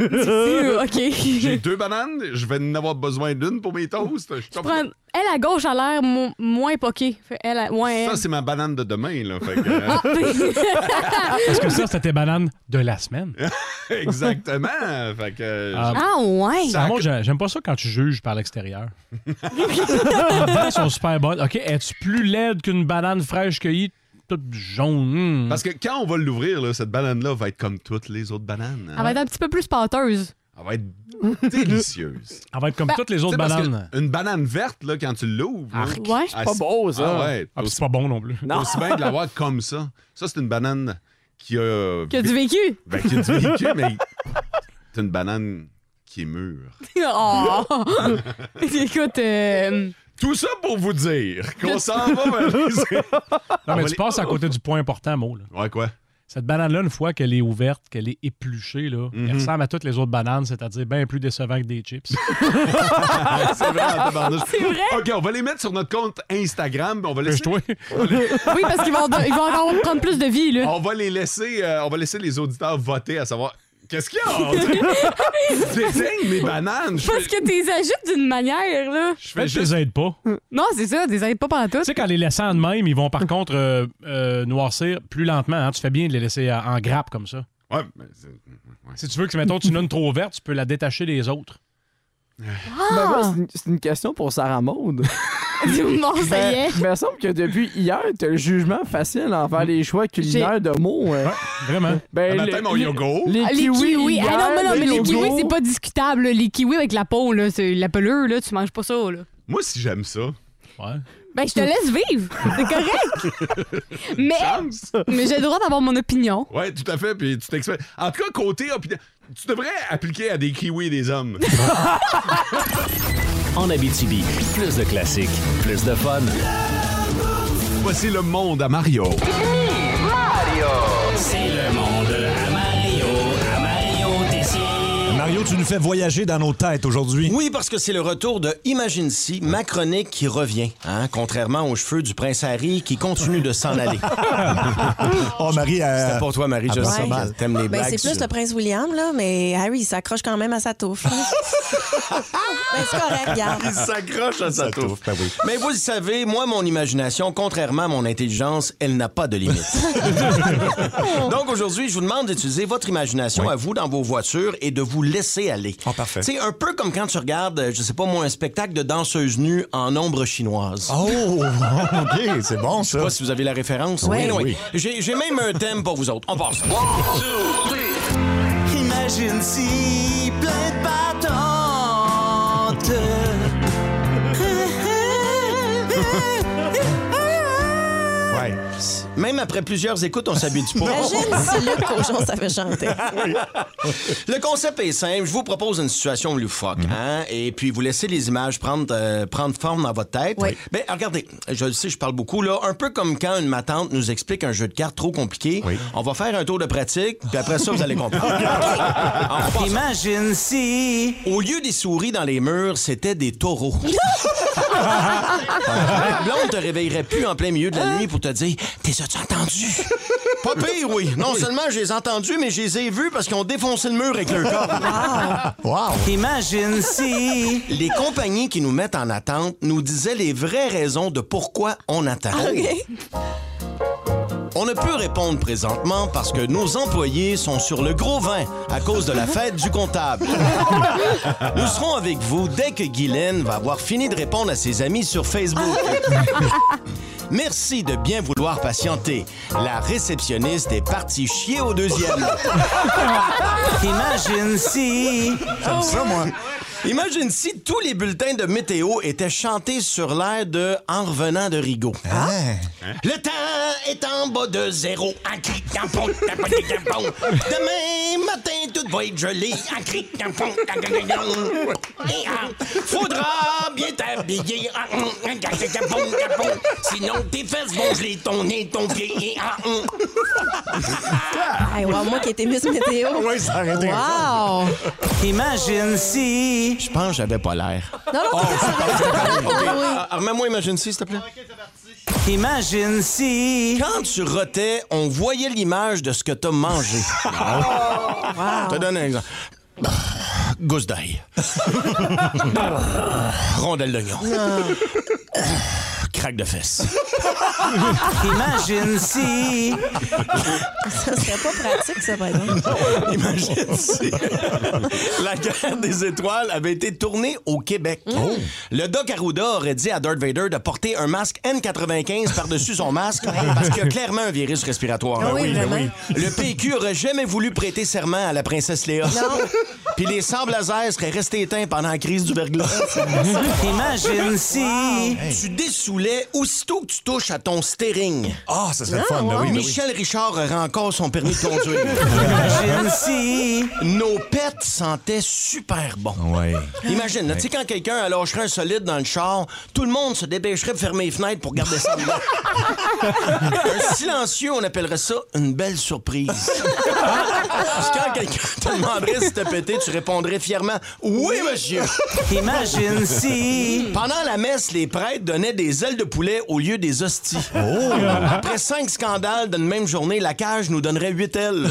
Speaker 5: Euh, OK.
Speaker 3: J'ai deux bananes, je vais en avoir besoin d'une pour mes toasts. Je t'en-
Speaker 5: Prendre- Elle à gauche a l'air mo- moins poquée. Fait- Elle à- Ouais,
Speaker 3: Ça, c'est ma banane de demain, là. Fait
Speaker 5: Ah,
Speaker 3: que,
Speaker 4: Est-ce que ça, c'était tes bananes de la semaine?
Speaker 3: euh, exactement. Fait que, euh,
Speaker 4: Ah,
Speaker 5: Ah ouais!
Speaker 4: Ah, moi, j'ai- j'aime pas ça quand tu juges par l'extérieur. Les bananes sont super bonnes. OK, es-tu plus laide qu'une banane fraîche cueillie, toute jaune? Hmm.
Speaker 3: Parce que quand on va l'ouvrir, là, cette banane-là va être comme toutes les autres bananes. hein.
Speaker 5: Elle va être un petit peu plus pâteuse.
Speaker 3: Elle va être délicieuse.
Speaker 4: Elle va être comme
Speaker 5: Ben,
Speaker 4: toutes les
Speaker 3: Tu sais,
Speaker 4: autres
Speaker 3: parce que
Speaker 4: bananes.
Speaker 3: Une banane verte, là, quand tu l'ouvres. là,
Speaker 5: Ah, Ouais.
Speaker 3: elle
Speaker 6: Pas
Speaker 3: s-
Speaker 6: beau, ça.
Speaker 3: Ah ouais.
Speaker 4: Ah, puis
Speaker 3: aussi,
Speaker 4: c'est pas bon non plus.
Speaker 6: Non.
Speaker 3: aussi bien de l'avoir comme ça. Ça, c'est une banane qui a.
Speaker 5: Que du vécu!
Speaker 3: Ben, qui a du véhicule, mais. C'est une banane qui est mûre.
Speaker 5: Oh! Écoute, euh,
Speaker 3: Tout ça pour vous dire qu'on s'en va vers les.
Speaker 4: Non, mais
Speaker 3: va
Speaker 4: tu
Speaker 3: les-
Speaker 4: passes à côté du point important, Mo. là.
Speaker 3: Ouais, quoi?
Speaker 4: Cette banane-là, une fois qu'elle est ouverte, qu'elle est épluchée, là,
Speaker 3: Mm-hmm.
Speaker 4: elle ressemble à toutes les autres bananes, c'est-à-dire bien plus décevant que des chips.
Speaker 3: C'est vrai, en tabarnouche.
Speaker 5: C'est vrai?
Speaker 3: OK, on va les mettre sur notre compte Instagram. puis On va laisser,
Speaker 4: Pêche-toi.
Speaker 5: oui, parce qu'ils vont, ils vont encore prendre plus de vie, là.
Speaker 3: on va les laisser, euh, on va laisser les auditeurs voter à savoir qu'est-ce qu'il y a. On dit, Désigne mes bananes. Je
Speaker 5: Parce
Speaker 3: fais,
Speaker 5: que t'es agites d'une manière, là.
Speaker 3: je fais
Speaker 4: Faites, Ben, je
Speaker 3: juste.
Speaker 4: les aide pas.
Speaker 6: Hmm.
Speaker 4: Tu
Speaker 5: Non, c'est ça, des aides pas pantoute.
Speaker 4: sais, quand les laissant de même, ils vont par contre euh, euh, noircir plus lentement. hein. Tu fais bien de les laisser euh, en grappe comme ça.
Speaker 3: Ouais, mais c'est-
Speaker 4: Si tu veux que, mettons, tu une trop verte, tu peux la détacher des autres.
Speaker 5: Ah!
Speaker 6: Ben moi, c'est une- c'est une question pour Sarah Maud.
Speaker 5: Bon, ça y
Speaker 6: Ben,
Speaker 5: est.
Speaker 6: il me semble que depuis hier, t'as le jugement facile envers les choix culinaires de mots. hein.
Speaker 4: Ouais, vraiment.
Speaker 6: Ben,
Speaker 3: Le
Speaker 6: le-
Speaker 3: matin, mon
Speaker 6: le-
Speaker 3: yogourt.
Speaker 6: Les
Speaker 5: Ah, Les
Speaker 6: kiwis.
Speaker 5: kiwis.
Speaker 6: hier,
Speaker 5: Ah non, mais non, mais les
Speaker 6: yogos.
Speaker 5: kiwis, c'est pas discutable. là. Les kiwis avec la peau, là, c'est la pelure, là, tu manges pas ça, là.
Speaker 3: Moi, si j'aime ça,
Speaker 4: Ouais.
Speaker 5: Ben, je te laisse vivre. C'est correct. mais mais j'ai le droit d'avoir mon opinion.
Speaker 3: Ouais, tout à fait. Puis tu t'exprimes. En tout cas, côté opinion, tu devrais appliquer à des kiwis des hommes.
Speaker 2: En Abitibi, plus de classiques, plus de fun.
Speaker 3: Voici le monde à Mario.
Speaker 2: Mario! C'est le monde à Mario, à Mario
Speaker 11: Mario, tu nous fais voyager dans nos têtes aujourd'hui.
Speaker 12: Oui, parce que c'est le retour de Imagine-si, ma chronique qui revient, hein, contrairement aux cheveux du prince Harry qui continue de s'en aller.
Speaker 11: oh, Marie,
Speaker 12: C'était pour toi, Marie, je
Speaker 11: elle
Speaker 12: sais.
Speaker 11: prend mal.
Speaker 12: T'aimes les
Speaker 13: Ben,
Speaker 12: blagues.
Speaker 13: c'est
Speaker 12: sur-
Speaker 13: plus le prince William, là, mais Harry, il s'accroche quand même à sa touffe. ben, c'est correct, regarde.
Speaker 12: Il s'accroche à sa touffe.
Speaker 11: Ben oui.
Speaker 12: Mais vous le savez, moi, mon imagination, contrairement à mon intelligence, elle n'a pas de limite. Donc aujourd'hui, je vous demande d'utiliser votre imagination à vous dans vos voitures et de vous laisser aller.
Speaker 11: Ah, parfait.
Speaker 12: C'est un peu comme quand tu regardes, euh, je sais pas moi, un spectacle de danseuses nues en ombre chinoise.
Speaker 11: Oh, OK, c'est bon, ça.
Speaker 12: Je sais pas si vous avez la référence.
Speaker 11: Oui,
Speaker 12: Anyway,
Speaker 11: oui.
Speaker 12: J'ai j'ai même un thème pour vous autres. On passe.
Speaker 14: Imagine si plein de patentes.
Speaker 11: Ouais.
Speaker 12: Même après plusieurs écoutes, on s'habitue pas.
Speaker 13: Imagine si Luc Cochon savait chanter.
Speaker 12: Le concept est simple. Je vous propose une situation loufoque,
Speaker 14: Mhm.
Speaker 12: hein, et puis vous laissez les images prendre, euh, prendre forme dans votre tête.
Speaker 13: Oui.
Speaker 12: Ben, regardez, je le sais, je parle beaucoup, là. Un peu comme quand une matante nous explique un jeu de cartes trop compliqué. On va faire un tour de pratique, puis après ça, vous allez comprendre.
Speaker 14: Imagine si.
Speaker 12: Au lieu des souris dans les murs, c'était des taureaux. Là, on te réveillerait plus en plein milieu de
Speaker 14: Ah!
Speaker 12: la nuit pour te dire T'es as-tu entendu? Pas pire, oui. Non seulement je les ai entendus, mais je les ai vus parce qu'ils ont défoncé le mur avec leur corps.
Speaker 11: Wow.
Speaker 12: Imagine si. Les compagnies qui nous mettent en attente nous disaient les vraies raisons de pourquoi on attend.
Speaker 11: Ah,
Speaker 13: OK.
Speaker 12: On ne peut répondre présentement parce que nos employés sont sur le gros vin à cause de la fête du comptable. Nous serons avec vous dès que Guylaine va avoir fini de répondre à ses amis sur Facebook. Merci de bien vouloir patienter. La réceptionniste est partie chier au deuxième. Imagine si...
Speaker 11: J'aime ça, moi.
Speaker 12: Imagine si tous les bulletins de météo étaient chantés sur l'air de En revenant de Rigaud. Ah. Le temps est en bas de zéro. En cric, en pont, en pont, en pont. Demain matin, tout va être gelé. En cric, en pont, en gang, en gang. Et en- Ah, Faudra bien t'habiller. En, en, en gang, en pont, en pont. Sinon, tes fesses vont geler ton nez, ton pied. Et en, en.
Speaker 13: Hey, wow, moi qui étais Miss Météo.
Speaker 11: Oui, ça aurait été
Speaker 13: Wow!
Speaker 12: Imagine si. Je pense que j'avais pas l'air.
Speaker 13: Non, non,
Speaker 11: Oh,
Speaker 2: Ah,
Speaker 12: Remets-moi Ah, Imagine si, s'il te plaît. Imagine si. Quand tu rotais, on voyait l'image de ce que t'as mangé. Je te donne un exemple. Gousse d'ail. Rondelle d'oignon. Craque de fesses. Imagine si.
Speaker 13: ça serait pas pratique, ça, par exemple.
Speaker 12: Imagine si la guerre des étoiles avait été tournée au Québec.
Speaker 11: Oh.
Speaker 12: Le Doc Arruda aurait dit à Darth Vader de porter un masque N95 par-dessus son masque parce qu'il y a clairement un virus respiratoire.
Speaker 13: Ah oui, Oui, ben vraiment.
Speaker 12: Le PQ aurait jamais voulu prêter serment à la princesse Léa. Puis les sables laser seraient restés éteints pendant la crise du verglas. Imagine si tu dessoulais aussitôt que tu touches à ton steering.
Speaker 11: Ah, ça serait le fun, ben oui, ben oui.
Speaker 12: Michel Richard aurait encore son permis de conduire. Imagine si nos pets sentaient super bon.
Speaker 11: Ouais.
Speaker 12: Imagine, là, tu sais, quand quelqu'un allongerait un solide dans le char, tout le monde se dépêcherait de fermer les fenêtres pour garder ça dedans. un silencieux, on appellerait ça une belle surprise. Parce que quand quelqu'un te demanderait si t'as pété, tu répondrais fièrement Oui, monsieur. Imagine si. Pendant la messe, les prêtres donnaient des ailes de poulet au lieu des hosties. Après cinq scandales d'une même journée, la cage nous donnerait huit ailes.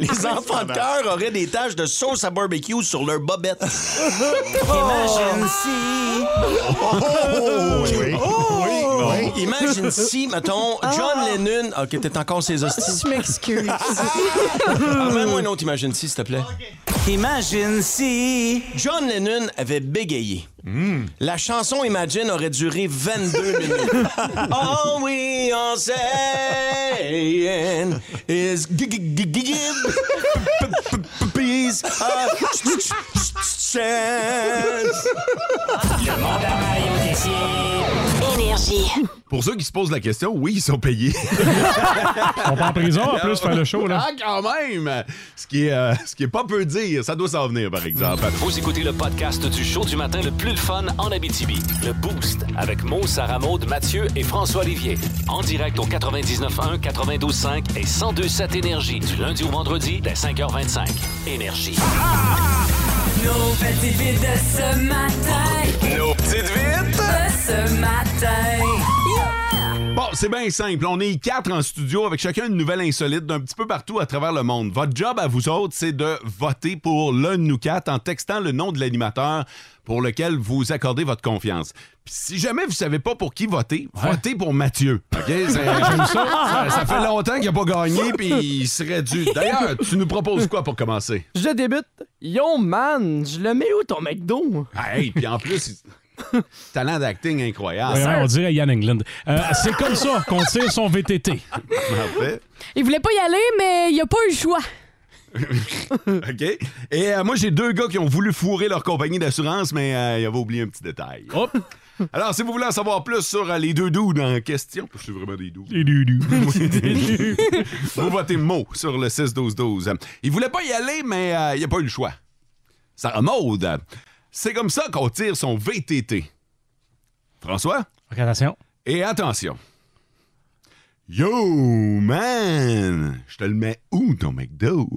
Speaker 12: Les enfants de cœur auraient des taches de sauce à barbecue sur leur bobette. Imagine si.
Speaker 11: Oh,
Speaker 12: Oh,
Speaker 11: oui.
Speaker 12: Imagine si, mettons,
Speaker 2: Ah.
Speaker 12: John Lennon. Ok, t'es encore ses hosties.
Speaker 13: Ah. Je m'excuse.
Speaker 12: Mets-moi un autre Imagine si, s'il te plaît. Imagine si. John Lennon avait bégayé. La chanson Imagine aurait duré 22 minutes. All we are saying is g- g- g- g- give p- p- p- peace a chance.
Speaker 2: Le monde à Mario Tessier. Énergie.
Speaker 3: Pour ceux qui se posent la question, oui, ils sont payés.
Speaker 4: On va en prison, en plus, faire le show, là.
Speaker 3: Ah, quand même! Ce qui, est, euh, ce qui est pas peu dire, ça doit s'en venir, par exemple.
Speaker 15: Vous écoutez le podcast du show du matin le plus le fun en Abitibi. Le Boost avec Mo, Sarah Maud, Mathieu et François Olivier. En direct au 99.1, 92.5 et 102.7 Énergie du lundi au vendredi dès 5h25. Énergie.
Speaker 2: Nos petites vites de ce matin. Nos petites vites de ce matin.
Speaker 3: Bon, c'est bien simple. On est quatre en studio avec chacun une nouvelle insolite d'un petit peu partout à travers le monde. Votre job à vous autres, c'est de voter pour l'un de nous quatre en textant le nom de l'animateur pour lequel vous accordez votre confiance. Puis si jamais vous savez pas pour qui voter, votez pour Mathieu. OK? C'est-
Speaker 2: J'aime ça.
Speaker 3: ça. ça fait longtemps qu'il n'a pas gagné, puis il serait dû. D'ailleurs, tu nous proposes quoi pour commencer?
Speaker 6: Je débute. Yo, man, je le mets où ton McDo?
Speaker 3: Hey, puis en plus, il- talent d'acting
Speaker 6: Ah,
Speaker 3: incroyable.
Speaker 4: Ouais, on dirait Yann England. Euh, c'est comme ça qu'on tire son VTT.
Speaker 3: Parfait.
Speaker 5: Il voulait pas y aller, mais il a pas eu le choix.
Speaker 3: OK. Et euh, moi, j'ai deux gars qui ont voulu fourrer leur compagnie d'assurance, mais euh, ils avaient oublié un petit détail. Hop! Alors, si vous voulez en savoir plus sur euh, les deux doudes en question, parce que c'est vraiment des doudes. vous votez mot sur le 6-12-12. Ils voulaient pas y aller, mais euh, il n'y a pas eu le choix. Ça remode. C'est comme ça qu'on tire son VTT. François?
Speaker 4: Attention.
Speaker 3: Et attention. Yo, man! Je te le mets où, ton McDo?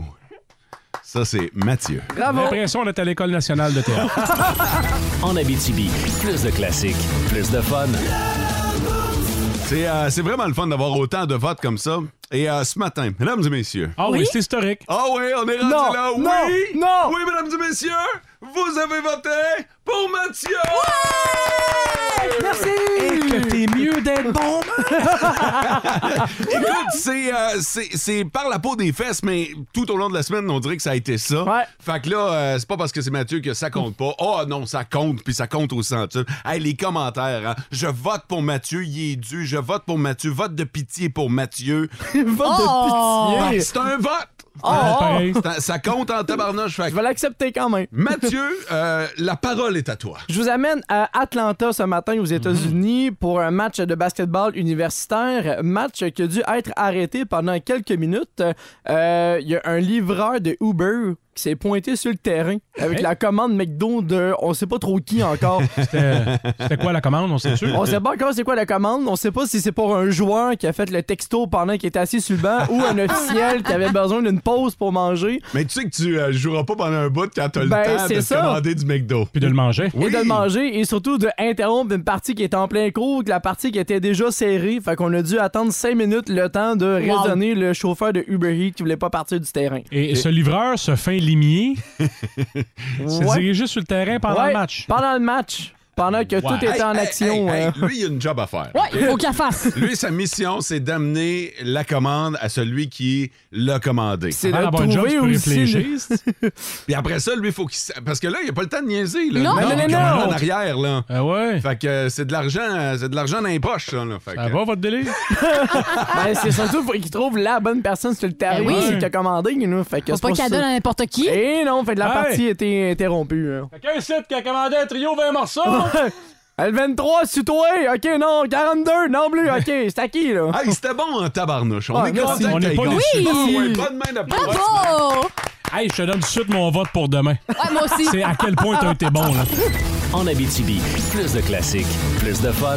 Speaker 3: Ça, c'est Mathieu.
Speaker 4: Bravo. J'ai l'impression d'être à l'École nationale de théâtre.
Speaker 15: En Abitibi, plus de classiques, plus de fun.
Speaker 3: C'est euh, c'est vraiment le fun d'avoir autant de votes comme ça. Et euh, ce matin, mesdames et messieurs.
Speaker 4: Ah oui, Oui? c'est historique.
Speaker 3: Ah oui, on est rendu
Speaker 2: Non,
Speaker 3: là.
Speaker 2: non,
Speaker 3: oui,
Speaker 2: non.
Speaker 3: oui, mesdames et messieurs, vous avez voté pour Mathieu.
Speaker 2: Merci.
Speaker 3: Et que
Speaker 4: t'es mieux d'être bon.
Speaker 3: Écoute, c'est euh, c'est- c'est par la peau des fesses, mais tout au long de la semaine, on dirait que ça a été ça. Fait que là, euh, c'est pas parce que c'est Mathieu que ça compte pas. Oh non, ça compte, puis ça compte au centuple. Hey, les commentaires, hein. je vote pour Mathieu, il est dû. Je vote pour Mathieu, vote de pitié pour Mathieu.
Speaker 6: vote
Speaker 2: Oh!
Speaker 6: de pitié.
Speaker 3: Ben, c'est un vote.
Speaker 6: Oh, oh. Pareil.
Speaker 3: Ça- Ça compte en tabarnouche. Fait
Speaker 6: Je vais l'accepter quand même.
Speaker 3: Mathieu, euh, la parole est à toi.
Speaker 6: Je vous amène à Atlanta ce matin aux États-Unis pour un match de basketball universitaire, match qui a dû être arrêté pendant quelques minutes. Euh, Il y a un livreur de Uber qui s'est pointé sur le terrain avec
Speaker 4: Hey.
Speaker 6: la commande McDo de on sait pas trop qui encore.
Speaker 4: C'était c'était quoi la commande, on sait-tu?
Speaker 6: On sait pas encore c'est quoi la commande, on sait pas si c'est pour un joueur qui a fait le texto pendant qu'il était assis sur le banc ou un officiel qui avait besoin d'une pause pour manger.
Speaker 3: Mais tu sais que tu euh, joueras pas pendant un bout quand t'as le
Speaker 6: Ben,
Speaker 3: temps de
Speaker 6: c'est
Speaker 3: te
Speaker 6: ça.
Speaker 3: commander du McDo.
Speaker 4: Puis de le manger.
Speaker 6: et de le manger et surtout de interrompre une partie qui était en plein cours, que la partie qui était déjà serrée. Fait qu'on a dû attendre 5 minutes le temps de
Speaker 4: Wow.
Speaker 6: raisonner le chauffeur de Uber Eats qui voulait pas partir du terrain.
Speaker 4: Et ce livreur, ce fin limier, s'est
Speaker 6: Ouais.
Speaker 4: dirigé sur le terrain pendant
Speaker 6: Ouais,
Speaker 4: le match.
Speaker 6: Pendant le match. Pendant que tout
Speaker 3: Ouais.
Speaker 6: était en
Speaker 3: Hey, hey,
Speaker 6: action.
Speaker 3: hey, hey,
Speaker 6: euh.
Speaker 3: lui, il a une job à faire.
Speaker 6: Ouais,
Speaker 3: OK?
Speaker 6: faut qu'il la fasse.
Speaker 3: Lui, sa mission, c'est d'amener la commande à celui qui l'a commandé.
Speaker 6: C'est de trouver aussi le-
Speaker 3: Puis après ça, lui, il faut qu'il. s- Parce que là, il a pas le temps de niaiser. Là.
Speaker 6: Non, non, non,
Speaker 3: il est
Speaker 6: non.
Speaker 3: comme là en arrière, là.
Speaker 4: Ah ouais.
Speaker 3: Fait que euh, c'est de l'argent, euh, c'est de l'argent dans les poches, ça, là. Fait que-
Speaker 4: va, votre délire?
Speaker 6: Ben, c'est surtout faut qu'il trouve la bonne personne sur le terrain
Speaker 5: Ben oui.
Speaker 6: qui t'a commandé. Nous. Fait que
Speaker 5: Faut
Speaker 6: c'est
Speaker 5: pas
Speaker 6: pour
Speaker 5: qu'elle
Speaker 6: ça.
Speaker 5: donne à n'importe qui.
Speaker 6: Eh non, fait que la
Speaker 5: Hey.
Speaker 6: partie était interrompue. hein.
Speaker 4: Quelqu'un site qui a commandé un trio 20 morceaux?
Speaker 6: Elle 23 sur toi, ok, non, 42, non plus, ok, c'est à qui là?
Speaker 3: Hey, c'était bon en tabarnouche. On
Speaker 6: Ah,
Speaker 3: est
Speaker 6: merci.
Speaker 3: content
Speaker 6: On
Speaker 3: que
Speaker 6: est
Speaker 3: t'aies
Speaker 6: pas
Speaker 3: gagné.
Speaker 6: déçus.
Speaker 3: Ah ouais, bonne main d'applaudissements.
Speaker 5: Bravo!
Speaker 4: Hey, je te donne tout de suite mon vote pour demain.
Speaker 5: Ouais, Ah, moi aussi.
Speaker 4: C'est à quel point t'as été bon, là.
Speaker 15: En Abitibi, plus de classiques, plus de fun.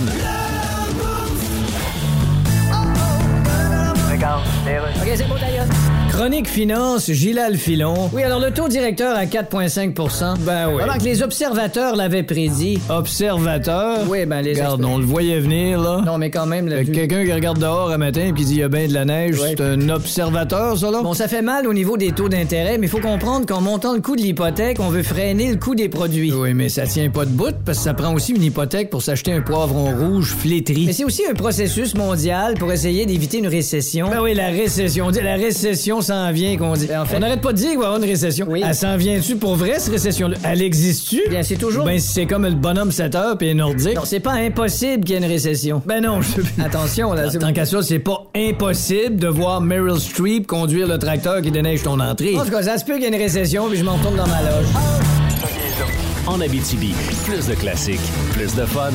Speaker 10: OK, c'est bon, ta gueule.
Speaker 9: Chronique Finance, Gilal Filon.
Speaker 10: Oui, alors le taux directeur à 4,5
Speaker 9: Ben oui.
Speaker 10: Alors que les observateurs l'avaient prédit.
Speaker 9: Observateur.
Speaker 10: Oui, ben les
Speaker 9: Regarde,
Speaker 10: experts.
Speaker 9: on le voyait venir, là.
Speaker 10: Non, mais quand même,
Speaker 9: Fait
Speaker 10: le
Speaker 9: que Quelqu'un qui regarde dehors un matin et qui dit il y a bien de la neige,
Speaker 10: Ouais.
Speaker 9: c'est un observateur, ça, là?
Speaker 10: Bon, ça fait mal au niveau des taux d'intérêt, mais il faut comprendre qu'en montant le coût de l'hypothèque, on veut freiner le coût des produits.
Speaker 9: Oui, mais ça tient pas de bout parce que ça prend aussi une hypothèque pour s'acheter un poivron rouge flétri.
Speaker 10: Mais c'est aussi un processus mondial pour essayer d'éviter une récession. Ben,
Speaker 9: Ben oui, la récession. On dit la récession s'en vient, qu'on dit.
Speaker 10: en fait-
Speaker 9: on n'arrête pas de dire qu'il va y avoir une récession. Elle s'en vient-tu pour vrai, cette récession-là? Elle existe-tu?
Speaker 10: Bien, c'est toujours-
Speaker 9: Ben, c'est comme le bonhomme 7 heures puis les Nordiques.
Speaker 10: Non, c'est pas impossible qu'il y ait une récession.
Speaker 9: Ben non, je
Speaker 10: Attention, là, c'est-
Speaker 9: Tant qu'à ça, c'est pas impossible de voir Meryl Streep conduire le tracteur qui déneige ton entrée.
Speaker 10: En tout cas, ça se peut qu'il y ait une récession, puis je m'en retourne dans ma loge.
Speaker 15: en Abitibi. Plus de classiques, plus de fun.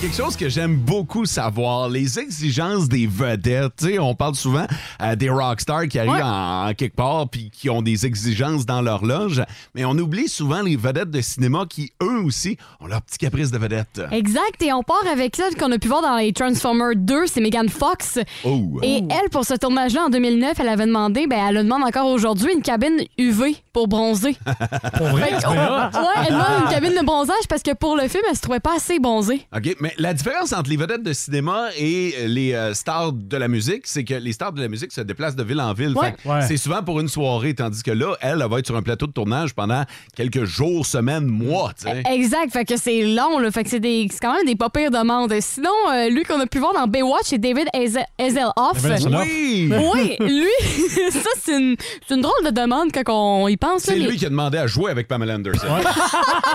Speaker 3: Quelque chose que j'aime beaucoup savoir, les exigences des vedettes. Tu sais, on parle souvent euh, des rockstars qui arrivent
Speaker 2: Ouais.
Speaker 3: en, en quelque part puis qui ont des exigences dans leur loge, mais on oublie souvent les vedettes de cinéma qui, eux aussi, ont leur petit caprice de vedette.
Speaker 5: Exact, et on part avec celle qu'on a pu voir dans les Transformers 2, c'est Megan Fox.
Speaker 3: Oh.
Speaker 5: Et
Speaker 3: Oh.
Speaker 5: elle, pour ce tournage-là, en 2009, elle avait demandé, ben elle le demande encore aujourd'hui, une cabine UV pour bronzer.
Speaker 3: Pour vrai,
Speaker 5: Fait que-
Speaker 3: c'est
Speaker 2: Ah,
Speaker 3: vrai?
Speaker 5: ouais, elle demande une cabine de bronzage parce que pour le film, elle se trouvait pas assez bronzée.
Speaker 3: OK, mais la différence entre les vedettes de cinéma et euh, les euh, stars de la musique, c'est que les stars de la musique se déplacent de ville en ville.
Speaker 5: Ouais.
Speaker 3: Fait que
Speaker 5: Ouais.
Speaker 3: C'est souvent pour une soirée, tandis que là, elle, elle va être sur un plateau de tournage pendant quelques jours, semaines, mois. tu sais.
Speaker 5: Exact, fait que c'est long, là, fait que c'est des- c'est quand même des pas pires demandes. Sinon, euh, lui qu'on a pu voir dans Baywatch, c'est David Hazel- Hasselhoff.
Speaker 3: David Hasselhoff. Oui!
Speaker 5: Oui, lui, ça, c'est une, c'est une drôle de demande quand on y pense. là,
Speaker 3: C'est
Speaker 5: les-
Speaker 3: lui qui a demandé à jouer avec Pamela Anderson.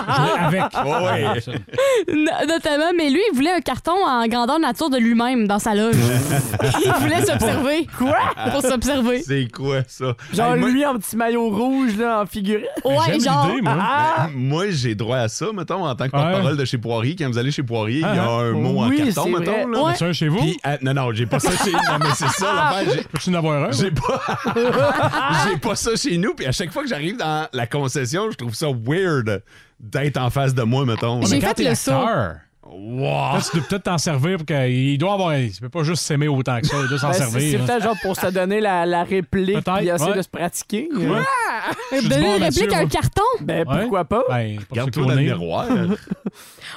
Speaker 2: ah.
Speaker 5: Jouer
Speaker 3: avec.
Speaker 4: Ah,
Speaker 5: No- Notamment, mais lui, il voulait un carton en grandeur nature de lui-même dans sa loge. il voulait s'observer. Quoi? Pour s'observer.
Speaker 3: C'est quoi ça?
Speaker 6: Genre
Speaker 3: Hey, moi-
Speaker 6: lui en petit maillot rouge, là, en figurine. Ah!
Speaker 3: J'aime l'idée, moi. Ben, moi, j'ai droit à ça, mettons, en tant que porte-parole de chez Poirier. Quand vous allez chez Poirier, il y a
Speaker 4: Ah,
Speaker 3: un
Speaker 4: ah.
Speaker 3: mot
Speaker 4: Oui,
Speaker 3: en carton,
Speaker 4: c'est
Speaker 3: mettons.
Speaker 4: vrai.
Speaker 3: Là.
Speaker 4: Ouais. T'as-tu un chez vous?
Speaker 3: Puis, euh, non, non, j'ai pas ça chez nous. mais c'est ça, l'affaire. j'ai-
Speaker 4: Peux-tu en avoir un?
Speaker 3: J'ai pas... j'ai pas ça chez nous. Puis à chaque fois que j'arrive dans la concession, je trouve ça weird d'être en face de moi, mettons.
Speaker 4: Mais quand t'es acteur,
Speaker 3: Wow.
Speaker 4: là, tu dois peut-être t'en servir pour qu'il doit avoir. Il peut pas juste s'aimer autant que ça, il doit s'en
Speaker 6: Ben, c'est-
Speaker 4: servir.
Speaker 6: c'est
Speaker 4: là.
Speaker 6: peut-être genre pour se donner la, la réplique
Speaker 4: Peut-être,
Speaker 6: et essayer
Speaker 4: ouais.
Speaker 6: de se pratiquer.
Speaker 4: Quoi?
Speaker 6: Je suis
Speaker 5: Donner
Speaker 6: du bon
Speaker 5: une
Speaker 6: là-dessus,
Speaker 5: Ben, réplique à un
Speaker 6: moi.
Speaker 5: carton?
Speaker 6: Ben pourquoi pas?
Speaker 3: Regarde-toi dans le miroir.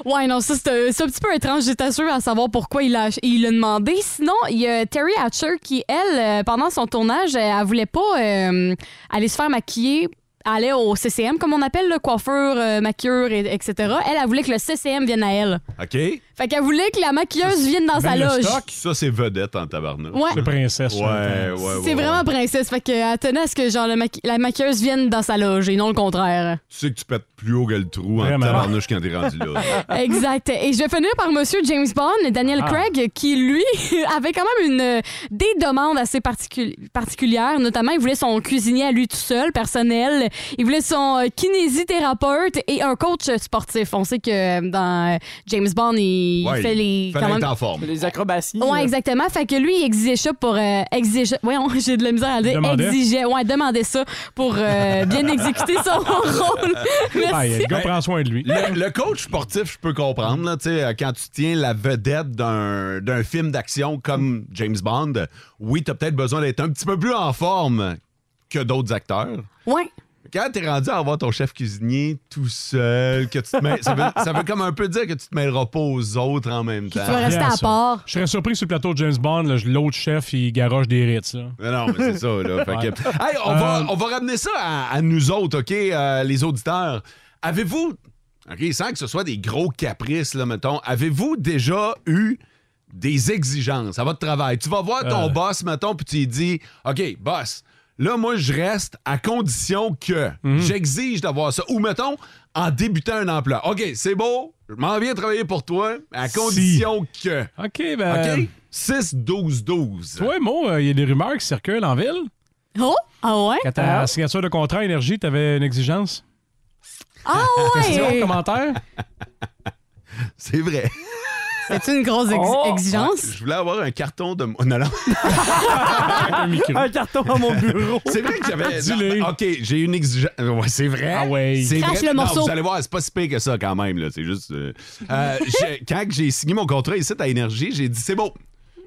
Speaker 5: Ouais, non, ça, c'est euh, c'est un petit peu étrange. J'étais sûre à savoir pourquoi il l'a il l'a demandé. Sinon, il y a Terry Hatcher qui, elle, euh, pendant son tournage, euh, elle voulait pas euh, aller se faire maquiller. Aller au CCM, comme on appelle, le coiffeur, euh, maquilleur, et- etc. Elle, elle voulait que le CCM vienne à elle.
Speaker 3: OK?
Speaker 5: Fait qu'elle voulait que la maquilleuse vienne dans sa loge.
Speaker 3: Ça, c'est vedette en tabarnak.
Speaker 5: Ouais. C'est
Speaker 4: princesse,
Speaker 3: Ouais,
Speaker 4: ça,
Speaker 3: ouais,
Speaker 4: attends.
Speaker 3: ouais. ouais.
Speaker 5: C'est vraiment princesse. Fait qu'elle tenait à ce que genre, le maqui- la maquilleuse vienne dans sa loge et non le contraire.
Speaker 3: Tu sais que tu pètes plus haut que le trou en
Speaker 4: Vraiment.
Speaker 3: tabarnouche quand t'es rendu là.
Speaker 5: Exact. Et je vais finir par Monsieur James Bond, Daniel
Speaker 3: Ah.
Speaker 5: Craig, qui, lui, avait quand même une, euh, des demandes assez particuli- particulières. Notamment, il voulait son cuisinier à lui tout seul, personnel. Il voulait son euh, kinésithérapeute et un coach sportif. On sait que euh, dans euh, James Bond, il, il
Speaker 6: Ouais,
Speaker 5: fait les...
Speaker 6: fallait
Speaker 5: quand
Speaker 6: être
Speaker 5: même-
Speaker 6: en forme. Les acrobaties.
Speaker 5: Ouais,
Speaker 6: Ben, là.
Speaker 5: exactement. Fait que lui, il exigeait ça pour. Euh, exigeait... Voyons, j'ai de la misère à le dire.
Speaker 6: Demandait.
Speaker 5: Exigeait. Ouais, demandait ça pour euh, bien exécuter son rôle.
Speaker 4: Ah,
Speaker 5: Merci.
Speaker 4: le gars prend soin de lui.
Speaker 3: Le, le coach sportif, je peux comprendre. Là, tu sais, euh, quand tu tiens la vedette d'un d'un film d'action comme James Bond, oui, tu as peut-être besoin d'être un petit peu plus en forme que d'autres acteurs.
Speaker 5: Ouais.
Speaker 3: Quand t'es rendu à avoir ton chef cuisinier tout seul, que tu te mêles- ça, veut, ça veut comme un peu dire que tu te mêleras pas aux autres en même temps.
Speaker 4: Bien, ça. Je serais surpris sur le plateau de James Bond, là, l'autre chef, il garoche des Ritz. là.
Speaker 3: Mais non, mais c'est ça, là. Fait que-
Speaker 4: Ouais. Euh,
Speaker 3: Hey, on, va, on va ramener ça à, à nous autres, OK, euh, les auditeurs. Avez-vous, OK, sans que ce soit des gros caprices, là, mettons, avez-vous déjà eu des exigences à votre travail? Tu vas voir ton
Speaker 4: Euh.
Speaker 3: boss, mettons, puis tu lui dis, OK, boss, là, moi, je reste à condition que
Speaker 4: Mhm.
Speaker 3: j'exige d'avoir ça. Ou, mettons, en débutant un emploi. OK, c'est beau, je m'en viens travailler pour toi, à
Speaker 4: Si.
Speaker 3: condition que...
Speaker 4: OK, ben-
Speaker 3: OK? 6-12-12.
Speaker 4: Toi, Mo, euh, il y a des rumeurs qui circulent en ville.
Speaker 5: Oh, ah ouais?
Speaker 4: Quand ta signature de contrat énergie, t'avais une exigence?
Speaker 5: Ah
Speaker 4: Question,
Speaker 5: ouais!
Speaker 4: commentaire?
Speaker 3: C'est vrai.
Speaker 5: C'est une grosse ex-
Speaker 3: Oh!
Speaker 5: exigence.
Speaker 3: Je voulais avoir un carton de. mon- Non, non.
Speaker 4: un,
Speaker 6: carton à mon bureau.
Speaker 3: C'est vrai que j'avais. Non, OK, j'ai une exigence. Ouais, c'est vrai.
Speaker 4: Ah ouais.
Speaker 3: C'est
Speaker 4: Crache
Speaker 3: vrai.
Speaker 4: le
Speaker 3: Non,
Speaker 4: morceau.
Speaker 3: vous allez voir, c'est pas si pire que ça quand même. là. C'est juste. euh, euh, j'ai- quand j'ai signé mon contrat ici à Énergie, j'ai dit c'est bon.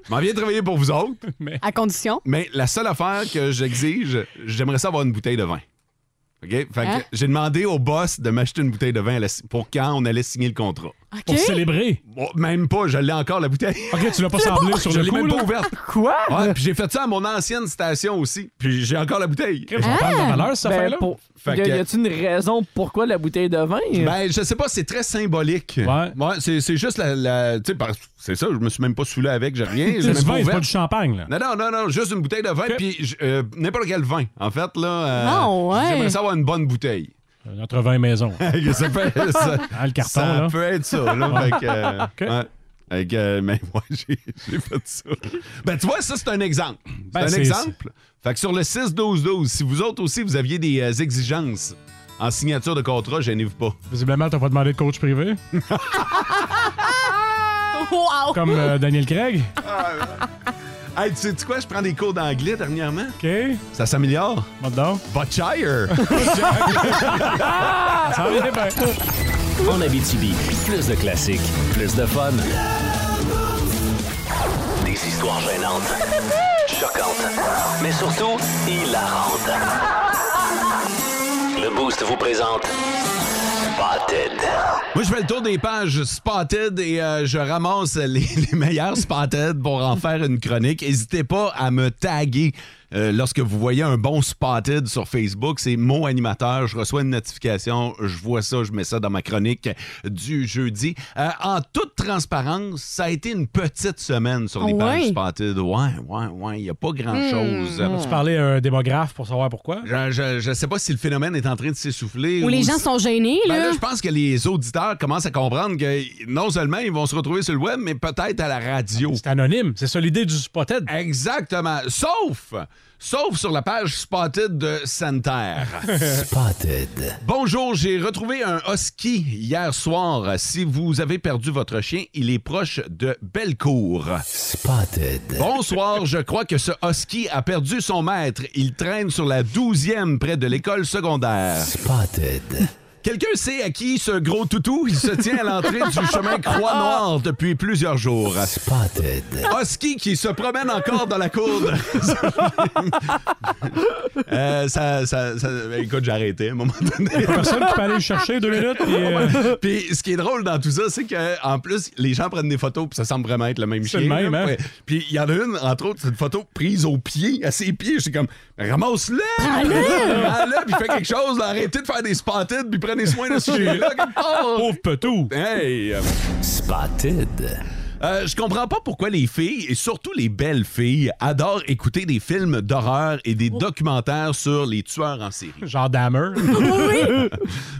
Speaker 3: Je m'en viens travailler pour vous autres.
Speaker 5: À condition.
Speaker 3: Mais la seule affaire que j'exige, j'aimerais ça avoir une bouteille de vin. OK? Fait que
Speaker 5: Hein?
Speaker 3: j'ai demandé au boss de m'acheter une bouteille de vin à la- pour quand on allait signer le contrat.
Speaker 4: Pour célébrer.
Speaker 3: Bon, même pas, je l'ai encore la bouteille.
Speaker 4: OK, tu l'as pas semblé sur
Speaker 3: je
Speaker 4: le
Speaker 3: l'ai
Speaker 4: coup,
Speaker 3: même pas
Speaker 4: là?
Speaker 3: ouverte.
Speaker 6: Quoi?
Speaker 3: Ouais, puis j'ai fait ça à mon ancienne station aussi. Puis j'ai encore la bouteille.
Speaker 4: Crème, ça Ah! parle de valeur, cette
Speaker 6: Ben,
Speaker 4: affaire-là.
Speaker 6: pour-
Speaker 3: Fait
Speaker 6: Y a-
Speaker 3: que-
Speaker 6: y a-tu une raison pourquoi la bouteille de vin? euh,
Speaker 3: Ben, je sais pas, c'est très symbolique. Ouais. c'est, c'est juste la. la- tu sais, parce- c'est ça, je me suis même pas saoulé avec, j'ai rien. j'ai
Speaker 4: C'est
Speaker 3: même
Speaker 4: du vin, c'est
Speaker 3: ouvert.
Speaker 4: pas du champagne. Là.
Speaker 3: Non, non, non, non, juste une bouteille de vin, puis j- euh, n'importe quel vin. En fait, là. euh,
Speaker 4: Ah, ouais.
Speaker 3: J'aimerais ça avoir une bonne bouteille.
Speaker 4: Notre vin maison.
Speaker 3: ça peut, ça,
Speaker 4: Ah, le carton,
Speaker 3: ça
Speaker 4: là.
Speaker 3: peut être ça, là. fait que, euh,
Speaker 4: OK.
Speaker 3: ouais. Fait que, euh, mais moi, j'ai, j'ai fait ça. Ben, tu vois, ça, c'est un exemple. C'est
Speaker 4: Ben,
Speaker 3: un
Speaker 4: c'est-
Speaker 3: exemple. Fait que sur le 6-12-12, si vous autres aussi, vous aviez des euh, exigences en signature de contrat, gênez-vous pas.
Speaker 4: Visiblement, t'as pas demandé de coach privé.
Speaker 5: Wow! Ah.
Speaker 4: Comme euh, Daniel Craig.
Speaker 3: Hey, tu sais -tu quoi? Je prends des cours d'anglais dernièrement.
Speaker 4: OK.
Speaker 3: Ça s'améliore.
Speaker 4: Maintenant.
Speaker 3: Butchire.
Speaker 4: Ça va bien.
Speaker 15: En Abitibi, plus de classiques, plus de fun. Des histoires gênantes, choquantes, mais surtout hilarantes. Le Boost vous présente Spotted.
Speaker 3: Moi, je fais le tour des pages Spotted et euh, je ramasse les, les meilleurs Spotted pour en faire une chronique. N'hésitez pas à me taguer euh, lorsque vous voyez un bon Spotted sur Facebook. C'est mon animateur. Je reçois une notification. Je vois ça. Je mets ça dans ma chronique du jeudi. Euh, en toute transparence, ça a été une petite semaine sur les
Speaker 4: Ah
Speaker 3: pages
Speaker 4: ouais?
Speaker 3: Spotted. Ouais, ouais, ouais. Il n'y a pas grand-chose.
Speaker 4: Tu parlais à un démographe euh, pour savoir pourquoi.
Speaker 3: Je- Je je sais pas si le phénomène est en train de s'essouffler.
Speaker 5: Où les gens
Speaker 3: si-
Speaker 5: sont gênés,
Speaker 3: Ben
Speaker 5: là.
Speaker 3: là, je pense que les auditeurs commencent à comprendre que non seulement ils vont se retrouver sur le web, mais peut-être à la radio. C'est
Speaker 4: anonyme. C'est ça l'idée du Spotted.
Speaker 3: Exactement. Sauf, sauf sur la page Spotted de Santerre.
Speaker 15: Spotted.
Speaker 3: Bonjour, j'ai retrouvé un husky hier soir. Si vous avez perdu votre chien, il est proche de Bellecour.
Speaker 15: Spotted.
Speaker 3: Bonsoir, je crois que ce husky a perdu son maître. Il traîne sur la 12e près de l'école secondaire.
Speaker 15: Spotted.
Speaker 3: Quelqu'un sait à qui ce gros toutou il se tient à l'entrée du chemin Croix-Noire depuis plusieurs jours.
Speaker 15: Spotted.
Speaker 3: Husky qui se promène encore dans la cour. de- Euh, ça, ça- ça- ben, écoute, j'ai arrêté à un moment donné.
Speaker 4: Y a personne qui peut aller le chercher deux minutes, puis, euh,
Speaker 3: Puis ce qui est drôle dans tout ça, c'est que en plus, les gens prennent des photos, puis ça semble vraiment être le même
Speaker 4: C'est
Speaker 3: chien.
Speaker 4: le même,
Speaker 3: là.
Speaker 4: hein?
Speaker 3: Ouais. Puis il y en a une, entre autres, c'est une photo prise au pied, à ses pieds. J'étais comme, ramasse-le!
Speaker 2: Prends-le!
Speaker 3: Prends-le, puis fais quelque chose, là. arrêtez de faire des spotted, puis prenez soin de ce chien-là. quelque part.
Speaker 4: Pauvre petou.
Speaker 3: Hey! euh,
Speaker 15: Spotted.
Speaker 3: je comprends pas pourquoi les filles, et surtout les belles filles, adorent écouter des films d'horreur et des documentaires sur les tueurs en série.
Speaker 4: Genre Dahmer.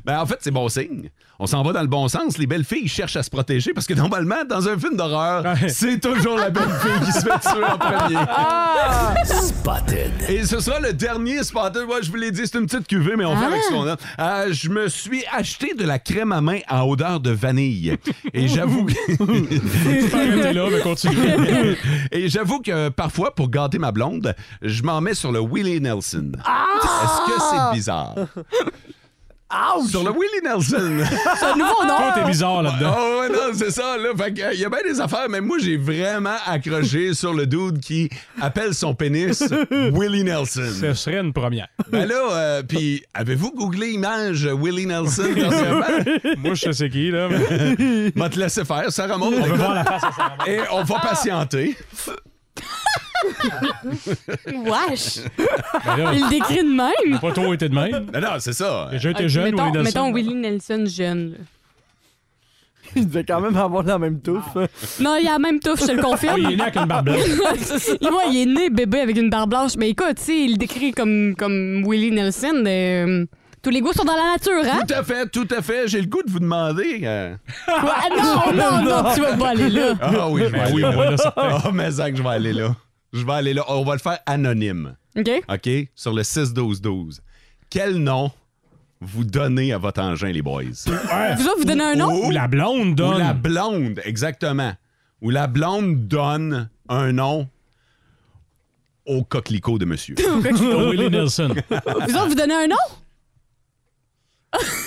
Speaker 3: Ben, en fait, c'est bon signe. On s'en va dans le bon sens. Les belles filles cherchent à se protéger parce que normalement, dans un film d'horreur, c'est toujours la belle fille qui se fait tuer en premier.
Speaker 15: Spotted.
Speaker 3: Et ce sera le dernier Spotted. Ouais, je vous l'ai dit, c'est une petite cuvée, mais on fait
Speaker 15: Ah.
Speaker 3: avec ce qu'on a. Euh, je me suis acheté de la crème à main à odeur de vanille. Et j'avoue que...
Speaker 4: Arrêtez là, mais continue.
Speaker 3: Et j'avoue que parfois, pour gâter ma blonde, je m'en mets sur le Willie Nelson.
Speaker 2: Ah!
Speaker 3: Est-ce que c'est bizarre? Sur le Willie Nelson.
Speaker 2: C'est un nouveau nom. Toi, t'es
Speaker 4: bizarre là-dedans.
Speaker 3: Oh, ouais, non, c'est ça. Là. Fait que, euh, y a bien des affaires, mais moi, j'ai vraiment accroché sur le dude qui appelle son pénis Willie Nelson.
Speaker 4: Ce serait une première.
Speaker 3: Ben là, euh, puis avez-vous googlé image Willie Nelson? Moi,
Speaker 4: je sais qui, là.
Speaker 3: M'a te laisser faire, ça remonte.
Speaker 4: On veut voir la face
Speaker 3: Et on va
Speaker 4: Ah!
Speaker 3: patienter.
Speaker 5: Wesh!
Speaker 4: Ben là,
Speaker 5: Il le décrit de
Speaker 4: il
Speaker 5: même.
Speaker 4: a pas trop été de même.
Speaker 3: Non, non, c'est ça.
Speaker 4: J'ai été
Speaker 5: Ok,
Speaker 4: jeune
Speaker 5: mettons,
Speaker 4: ou innocent.
Speaker 5: mettons Willie Nelson jeune. là.
Speaker 6: Il devait quand même avoir la même touffe.
Speaker 5: Non, il a la même touffe, je te le confirme.
Speaker 6: Ah, il est né avec une barbe blanche.
Speaker 5: Ouais, il est né bébé avec une barbe blanche. Mais écoute, tu sais, il le décrit comme, comme Willie Nelson. euh, tous les goûts sont dans la nature, hein?
Speaker 3: Tout à fait, tout à fait. J'ai le goût de vous demander. euh,
Speaker 5: Ouais, non, non, non, tu vas pas aller là.
Speaker 3: Ah oui, je vais
Speaker 4: Ben
Speaker 3: aller
Speaker 4: oui,
Speaker 3: là.
Speaker 4: moi, là, certain.
Speaker 3: Ah, mais ça que je vais aller là. Je vais aller là. On va le faire anonyme.
Speaker 5: OK?
Speaker 3: OK? Sur le 6-12-12. Quel nom vous donnez à votre engin, les boys?
Speaker 5: Vous autres, vous donnez un nom?
Speaker 3: Ou
Speaker 4: la blonde donne.
Speaker 3: Ou la blonde, exactement. Ou la blonde donne un nom au coquelicot de monsieur.
Speaker 5: Au coquelicot.
Speaker 4: Willie Nelson.
Speaker 5: Vous autres, vous donnez un nom?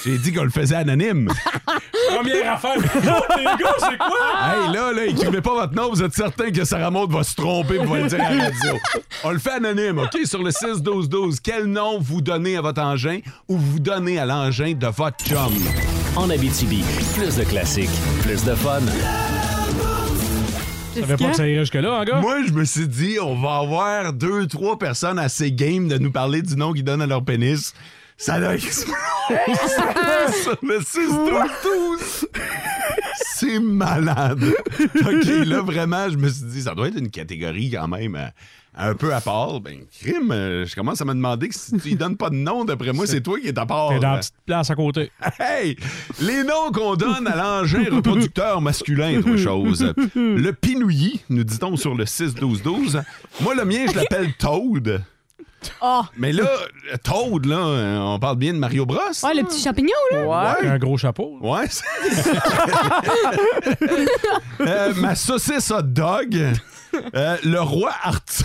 Speaker 3: J'ai dit qu'on le faisait anonyme.
Speaker 4: Première affaire. Les gars, c'est quoi?
Speaker 3: Hey, là, là, écrivez pas votre nom, vous êtes certain que Sarah Maud va se tromper pour le dire à la radio. On le fait anonyme, OK? Sur le 6-12-12, quel nom vous donnez à votre engin ou vous donnez à l'engin de votre chum?
Speaker 15: En Abitibi, plus de classiques, plus de fun.
Speaker 4: Je savais pas que ça irait jusque-là, hein, gars?
Speaker 3: Moi, je me suis dit, on va avoir deux, trois personnes assez game de nous parler du nom qu'ils donnent à leur pénis. Ça l'a Sur le 6-12-12. C'est malade. OK, là, vraiment, je me suis dit, ça doit être une catégorie quand même euh, un peu à part. Ben, crime, euh, je commence à me demander que si tu ne donnes pas de nom, d'après moi, c'est toi qui es à part.
Speaker 4: T'es dans la petite place à côté.
Speaker 3: Hey! Les noms qu'on donne à l'engin reproducteur masculin, autre chose. Le pinouillis, nous dit-on sur le 6-12-12. Moi, le mien, je l'appelle Toad.
Speaker 5: Oh!
Speaker 3: Mais là, Toad, là, on parle bien de Mario Bros.
Speaker 5: Ouais, le petit champignon, là.
Speaker 3: Ouais.
Speaker 4: Un gros chapeau.
Speaker 3: Ouais. Euh, ma saucisse hot dog. Euh, le roi Arthur.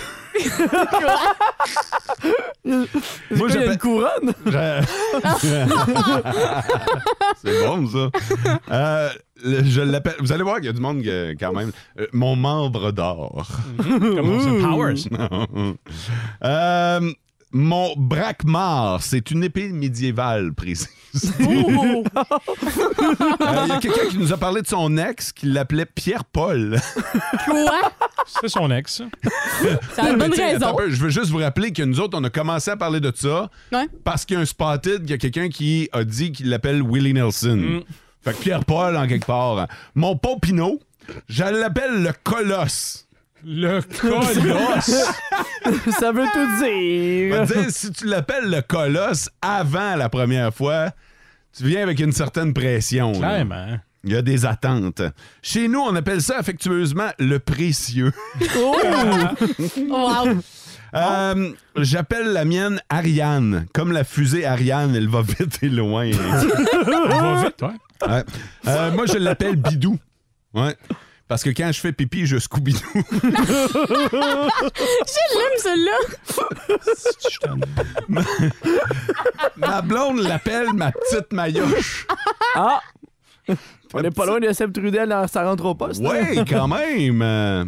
Speaker 6: Moi, j'ai
Speaker 3: j'appelle-
Speaker 6: une couronne.
Speaker 3: Euh, C'est bon, ça. Euh, le- je l'appelle. Vous allez voir qu'il y a du monde que- quand même. Euh, mon membre d'or.
Speaker 4: Mm-hmm. Comme
Speaker 3: Ouh.
Speaker 4: ça, Powers.
Speaker 3: Euh, mon braquemar, c'est une épée médiévale précise. Euh, Il y a quelqu'un qui nous a parlé de son ex qui l'appelait Pierre-Paul.
Speaker 5: Quoi?
Speaker 4: C'est son ex.
Speaker 5: Ça a une bonne
Speaker 3: Mais tiens,
Speaker 5: raison.
Speaker 3: attends un peu, je veux juste vous rappeler que nous autres, on a commencé à parler de ça
Speaker 5: Ouais.
Speaker 3: parce qu'il y a un spotted, il y a quelqu'un qui a dit qu'il l'appelle Willie Nelson.
Speaker 5: Mm.
Speaker 3: Fait que Pierre-Paul, en quelque part. Mon Pompino, je l'appelle le Colosse.
Speaker 4: Le
Speaker 3: Ah!
Speaker 6: Colosse?
Speaker 3: ça veut tout dire. si tu l'appelles le Colosse avant la première fois, tu viens avec une certaine pression. là.
Speaker 4: Clairement.
Speaker 3: Il y a des attentes. Chez nous, on appelle ça affectueusement le précieux.
Speaker 5: Oh! wow!
Speaker 3: Euh, J'appelle la mienne Ariane. Comme la fusée Ariane, elle va vite et loin.
Speaker 4: va vite, ouais.
Speaker 3: Ouais. Euh, moi, je l'appelle Bidou. Ouais. Parce que quand je fais pipi, je scoubidou.
Speaker 5: Je l'aime, celle-là.
Speaker 3: Ma blonde l'appelle ma petite maillotche.
Speaker 6: Ah! On est pas loin de Seb Trudel dans sa rentre au poste. hein?
Speaker 3: Ouais, quand même. Euh,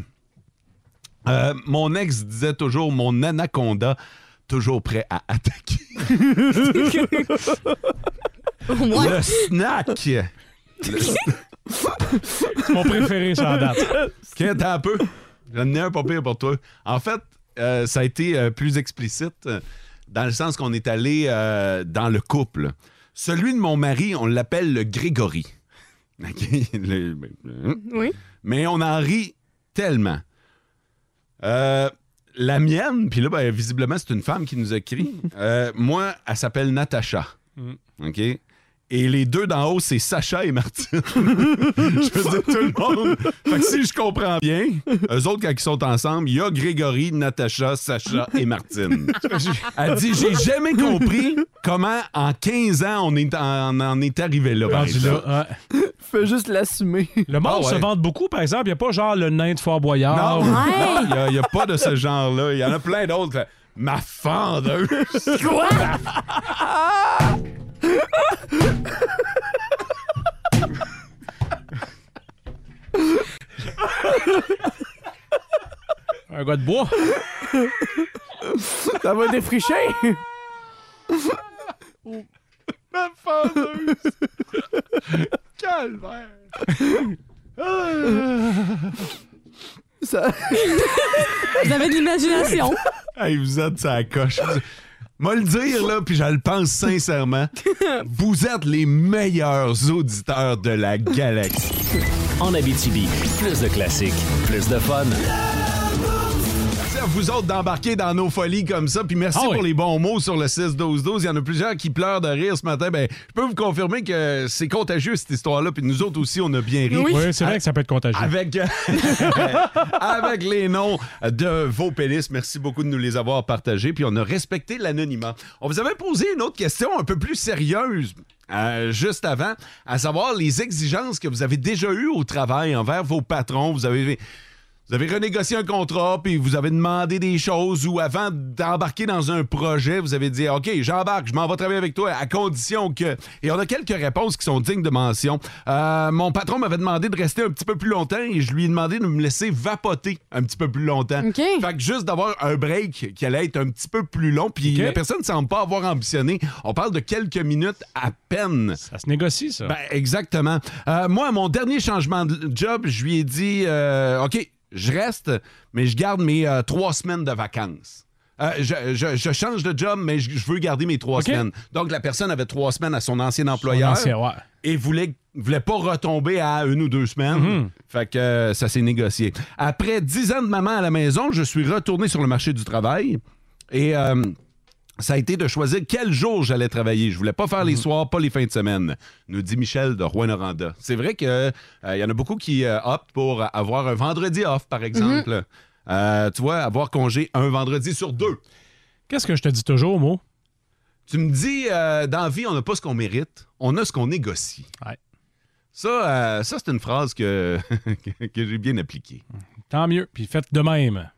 Speaker 3: euh, mon ex disait toujours mon anaconda, toujours prêt à attaquer. Le snack. Le-
Speaker 4: Mon préféré, ça, à date.
Speaker 3: Ok, attends un peu. J'en ai un pas pire pour toi. En fait, euh, ça a été euh, plus explicite euh, dans le sens qu'on est allé euh, dans le couple. Celui de mon mari, on l'appelle le Grégory. Ok, le- hein?
Speaker 5: Oui.
Speaker 3: Mais on en rit tellement. Euh, la mienne, puis là, ben, visiblement, c'est une femme qui nous écrit. Euh, moi, elle s'appelle Natacha.
Speaker 4: Mm.
Speaker 3: OK? Et les deux d'en haut, c'est Sacha et Martine. je veux dire, tout le monde. Fait que si je comprends bien, eux autres, quand ils sont ensemble, il y a Grégory, Natacha, Sacha et Martine. Elle dit J'ai jamais compris comment, en 15 ans, on, est, on en est arrivé là. par
Speaker 4: Rendu
Speaker 3: exemple.
Speaker 4: là,
Speaker 6: Fais juste l'assumer.
Speaker 4: Le monde
Speaker 3: Ah ouais.
Speaker 4: se vante beaucoup, par exemple. Il n'y a pas genre le nain de Fort Boyard.
Speaker 3: Non, Ah, il n'y a, pas de ce genre-là. Il y en a plein d'autres. Ma fendeuse!
Speaker 2: Quoi?
Speaker 4: Un gars de bois.
Speaker 6: Ça va défricher.
Speaker 2: Ma fendeuse! Calvaire! Oh
Speaker 6: Ça...
Speaker 5: Vous avez de l'imagination.
Speaker 3: Hey, vous êtes ça coche. Vous- Moi le dire, là, puis je le pense sincèrement. vous êtes les meilleurs auditeurs de la galaxie.
Speaker 15: En Abitibi, plus de classiques, plus de fun.
Speaker 3: Merci à vous autres d'embarquer dans nos folies comme ça. Puis merci
Speaker 15: Ah oui.
Speaker 3: pour les bons mots sur le 6-12-12. Il y en a plusieurs qui pleurent de rire ce matin. Ben, je peux vous confirmer que c'est contagieux, cette histoire-là. Puis nous autres aussi, on a bien ri.
Speaker 4: Oui, c'est vrai que ça peut être contagieux.
Speaker 3: Avec, euh, avec les noms de vos pénis. Merci beaucoup de nous les avoir partagés. Puis on a respecté l'anonymat. On vous avait posé une autre question un peu plus sérieuse euh, juste avant, à savoir les exigences que vous avez déjà eues au travail envers vos patrons. Vous avez. Vous avez renégocié un contrat, puis vous avez demandé des choses, ou avant d'embarquer dans un projet, vous avez dit OK, j'embarque, je m'en vais travailler avec toi, à condition que. Et on a quelques réponses qui sont dignes de mention. Euh, mon patron m'avait demandé de rester un petit peu plus longtemps et je lui ai demandé de me laisser vapoter un petit peu plus longtemps. Fait que juste d'avoir un break qui allait être un petit peu plus long, puis
Speaker 4: OK.
Speaker 3: la personne ne semble pas avoir ambitionné. On parle de quelques minutes à peine.
Speaker 4: Ça se négocie, ça.
Speaker 3: Ben, exactement. Euh, moi, à mon dernier changement de job, je lui ai dit euh, OK, je reste, mais je garde mes euh, trois semaines de vacances. Euh, je, je- je change de job, mais je, je veux garder mes trois semaines. Donc, la personne avait trois semaines à son ancien employeur
Speaker 4: ancien, ouais.
Speaker 3: et voulait, voulait pas retomber à une ou deux semaines. Fait que euh, ça s'est négocié. Après dix ans de maman à la maison, je suis retourné sur le marché du travail et euh, ça a été de choisir quel jour j'allais travailler. Je voulais pas faire les soirs, pas les fins de semaine, nous dit Michel de Rouen-Noranda. C'est vrai qu'il y en a beaucoup qui euh, optent pour avoir un vendredi off, par exemple. Euh, tu vois, avoir congé un vendredi sur deux.
Speaker 4: Qu'est-ce que je te dis toujours, Mo?
Speaker 3: Tu me dis, euh, dans la vie, on n'a pas ce qu'on mérite, on a ce qu'on négocie. Ça, euh, ça c'est une phrase que, que- que j'ai bien appliquée.
Speaker 4: Tant mieux, puis faites de même.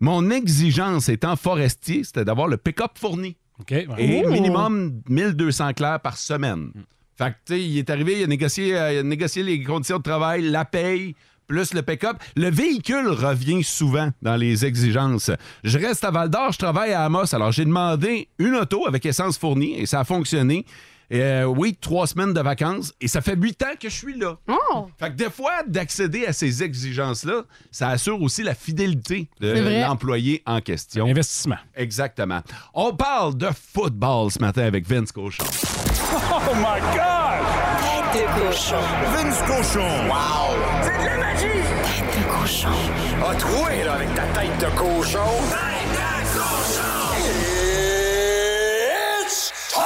Speaker 3: Mon exigence étant forestier, c'était d'avoir le pick-up fourni. Et
Speaker 4: Ouh.
Speaker 3: minimum 1200 clairs par semaine. Fait que, tu sais, il est arrivé, il a, négocié, euh, il a négocié les conditions de travail, la paye, plus le pick-up. Le véhicule revient souvent dans les exigences. Je reste à Val d'Or, je travaille à Amos. Alors, j'ai demandé une auto avec essence fournie et ça a fonctionné. Et, euh, oui, trois semaines de vacances et ça fait huit ans que je suis là.
Speaker 4: Oh!
Speaker 3: Fait que des fois, d'accéder à ces exigences-là, ça assure aussi la fidélité de
Speaker 4: C'est vrai.
Speaker 3: l'employé en question. Investissement. Exactement. On parle de football ce matin avec Vince Cochon.
Speaker 2: Oh my God! Tête de cochon. Vince cochon. Wow! C'est de la magie! Tête de cochon. A troué, là, avec ta tête de cochon. Tête de cochon!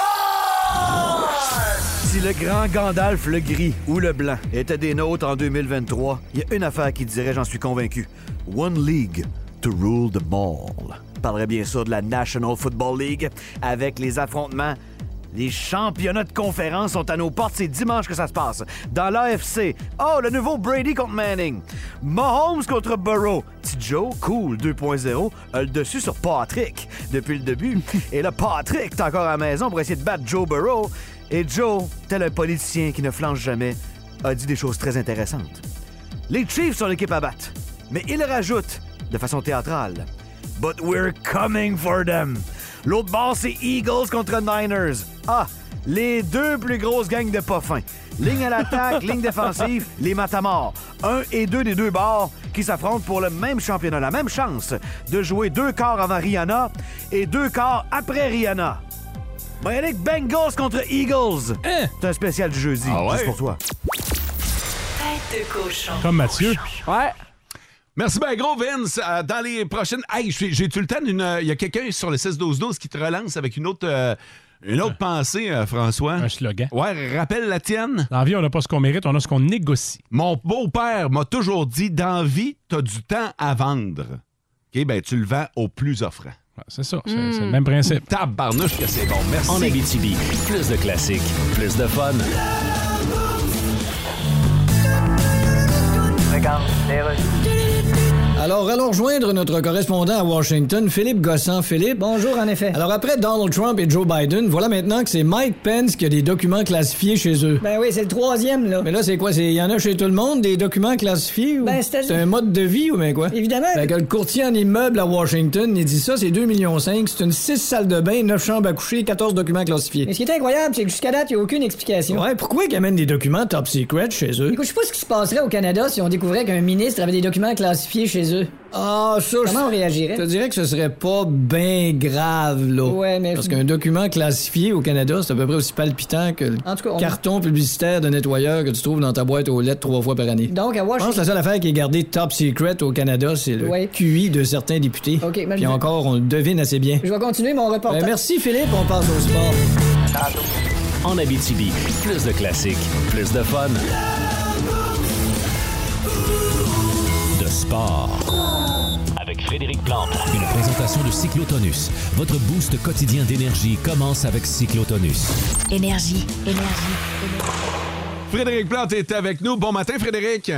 Speaker 2: It's
Speaker 16: Si le grand Gandalf le gris ou le blanc était des nôtres en 2023, il y a une affaire qui dirait, j'en suis convaincu. One League to rule them all. Je parlerai bien sûr de la National Football League avec les affrontements. Les championnats de conférence sont à nos portes. C'est dimanche que ça se passe. Dans l'AFC. Oh, le nouveau Brady contre Manning. Mahomes contre Burrow. Petit Joe, cool, 2.0, a le dessus sur Patrick depuis le début. Et là, Patrick est encore à la maison pour essayer de battre Joe Burrow. Et Joe, tel un politicien qui ne flanche jamais, a dit des choses très intéressantes. Les Chiefs sont l'équipe à battre, mais il rajoute, de façon théâtrale, But we're coming for them. L'autre bord, c'est Eagles contre Niners. Ah, les deux plus grosses gangs de pas fins. Ligne à l'attaque, ligne défensive, les matamors. Un et deux des deux bords qui s'affrontent pour le même championnat, la même chance de jouer deux quarts avant Rihanna et deux quarts après Rihanna. Ben, Yannick, Bengals contre Eagles. C'est un spécial du jeudi,
Speaker 3: Hein? Ah ouais?
Speaker 16: juste pour toi.
Speaker 2: Tête de cochon.
Speaker 4: Mathieu.
Speaker 3: Ouais. Merci bien gros, Vince. Euh, dans les prochaines... Hey, j'ai- j'ai-tu le temps d'une... euh, Il y a quelqu'un sur le 16-12-12 qui te relance avec une autre... euh, Une autre pensée, euh, François. Un slogan. Ouais, rappelle la tienne.
Speaker 4: Dans la vie, on n'a pas ce qu'on mérite, on a ce qu'on négocie.
Speaker 3: Mon beau-père m'a toujours dit dans vie, t'as du temps à vendre. OK, ben tu le vends au plus offrant.
Speaker 4: c'est ça, c'est le même principe.
Speaker 3: Tabarnouche que c'est bon. Merci.
Speaker 15: En Abitibi, plus de classiques, plus de fun.
Speaker 9: Alors, allons rejoindre notre correspondant à Washington, Philippe Gossan. Philippe, bonjour en effet. Alors, après Donald Trump et Joe Biden, voilà maintenant que c'est Mike Pence qui a des documents classifiés chez eux.
Speaker 10: Ben oui, c'est le troisième, là.
Speaker 9: Mais là, c'est quoi? C'est- Il y en a chez tout le monde, des documents classifiés? Ou...
Speaker 10: Ben, c'est-
Speaker 9: c'est un mode de vie ou bien quoi?
Speaker 10: Évidemment.
Speaker 9: Fait que le courtier en immeuble à Washington, il dit ça, c'est 2,5 millions. C'est une 6 salles de bain, 9 chambres à coucher, 14 documents classifiés.
Speaker 10: Mais ce qui est incroyable, c'est que jusqu'à date, il n'y a aucune explication.
Speaker 9: Ouais, pourquoi ils amènent des documents top secret chez eux?
Speaker 10: Écoute, je sais pas ce qui se passerait au Canada si on découvrait qu'un ministre avait des documents classifiés chez eux.
Speaker 9: Ah, ça,
Speaker 10: Comment on
Speaker 9: Je te
Speaker 10: réagirait?
Speaker 9: dirais que ce serait pas bien grave, là.
Speaker 10: Ouais, mais-
Speaker 9: Parce qu'un document classifié au Canada, c'est à peu près aussi palpitant que le
Speaker 10: En tout cas, on-
Speaker 9: carton publicitaire de nettoyeur que tu trouves dans ta boîte aux lettres trois fois par année.
Speaker 10: Donc, à
Speaker 9: Je pense que la
Speaker 10: Washington.
Speaker 9: seule affaire qui est gardée top secret au Canada, c'est le
Speaker 10: Ouais.
Speaker 9: QI de certains députés.
Speaker 10: OK, mais-
Speaker 9: Puis encore, on le devine assez bien.
Speaker 10: Je vais continuer mon reportage.
Speaker 9: Ben, merci, Philippe. On passe au sport.
Speaker 15: En Abitibi, plus de classiques, plus de fun. De sport. Avec Frédéric Plante.
Speaker 7: Une présentation de Cyclotonus. Votre boost quotidien d'énergie commence avec Cyclotonus.
Speaker 1: Énergie, énergie.
Speaker 3: Frédéric Plante est avec nous. Bon matin, Frédéric.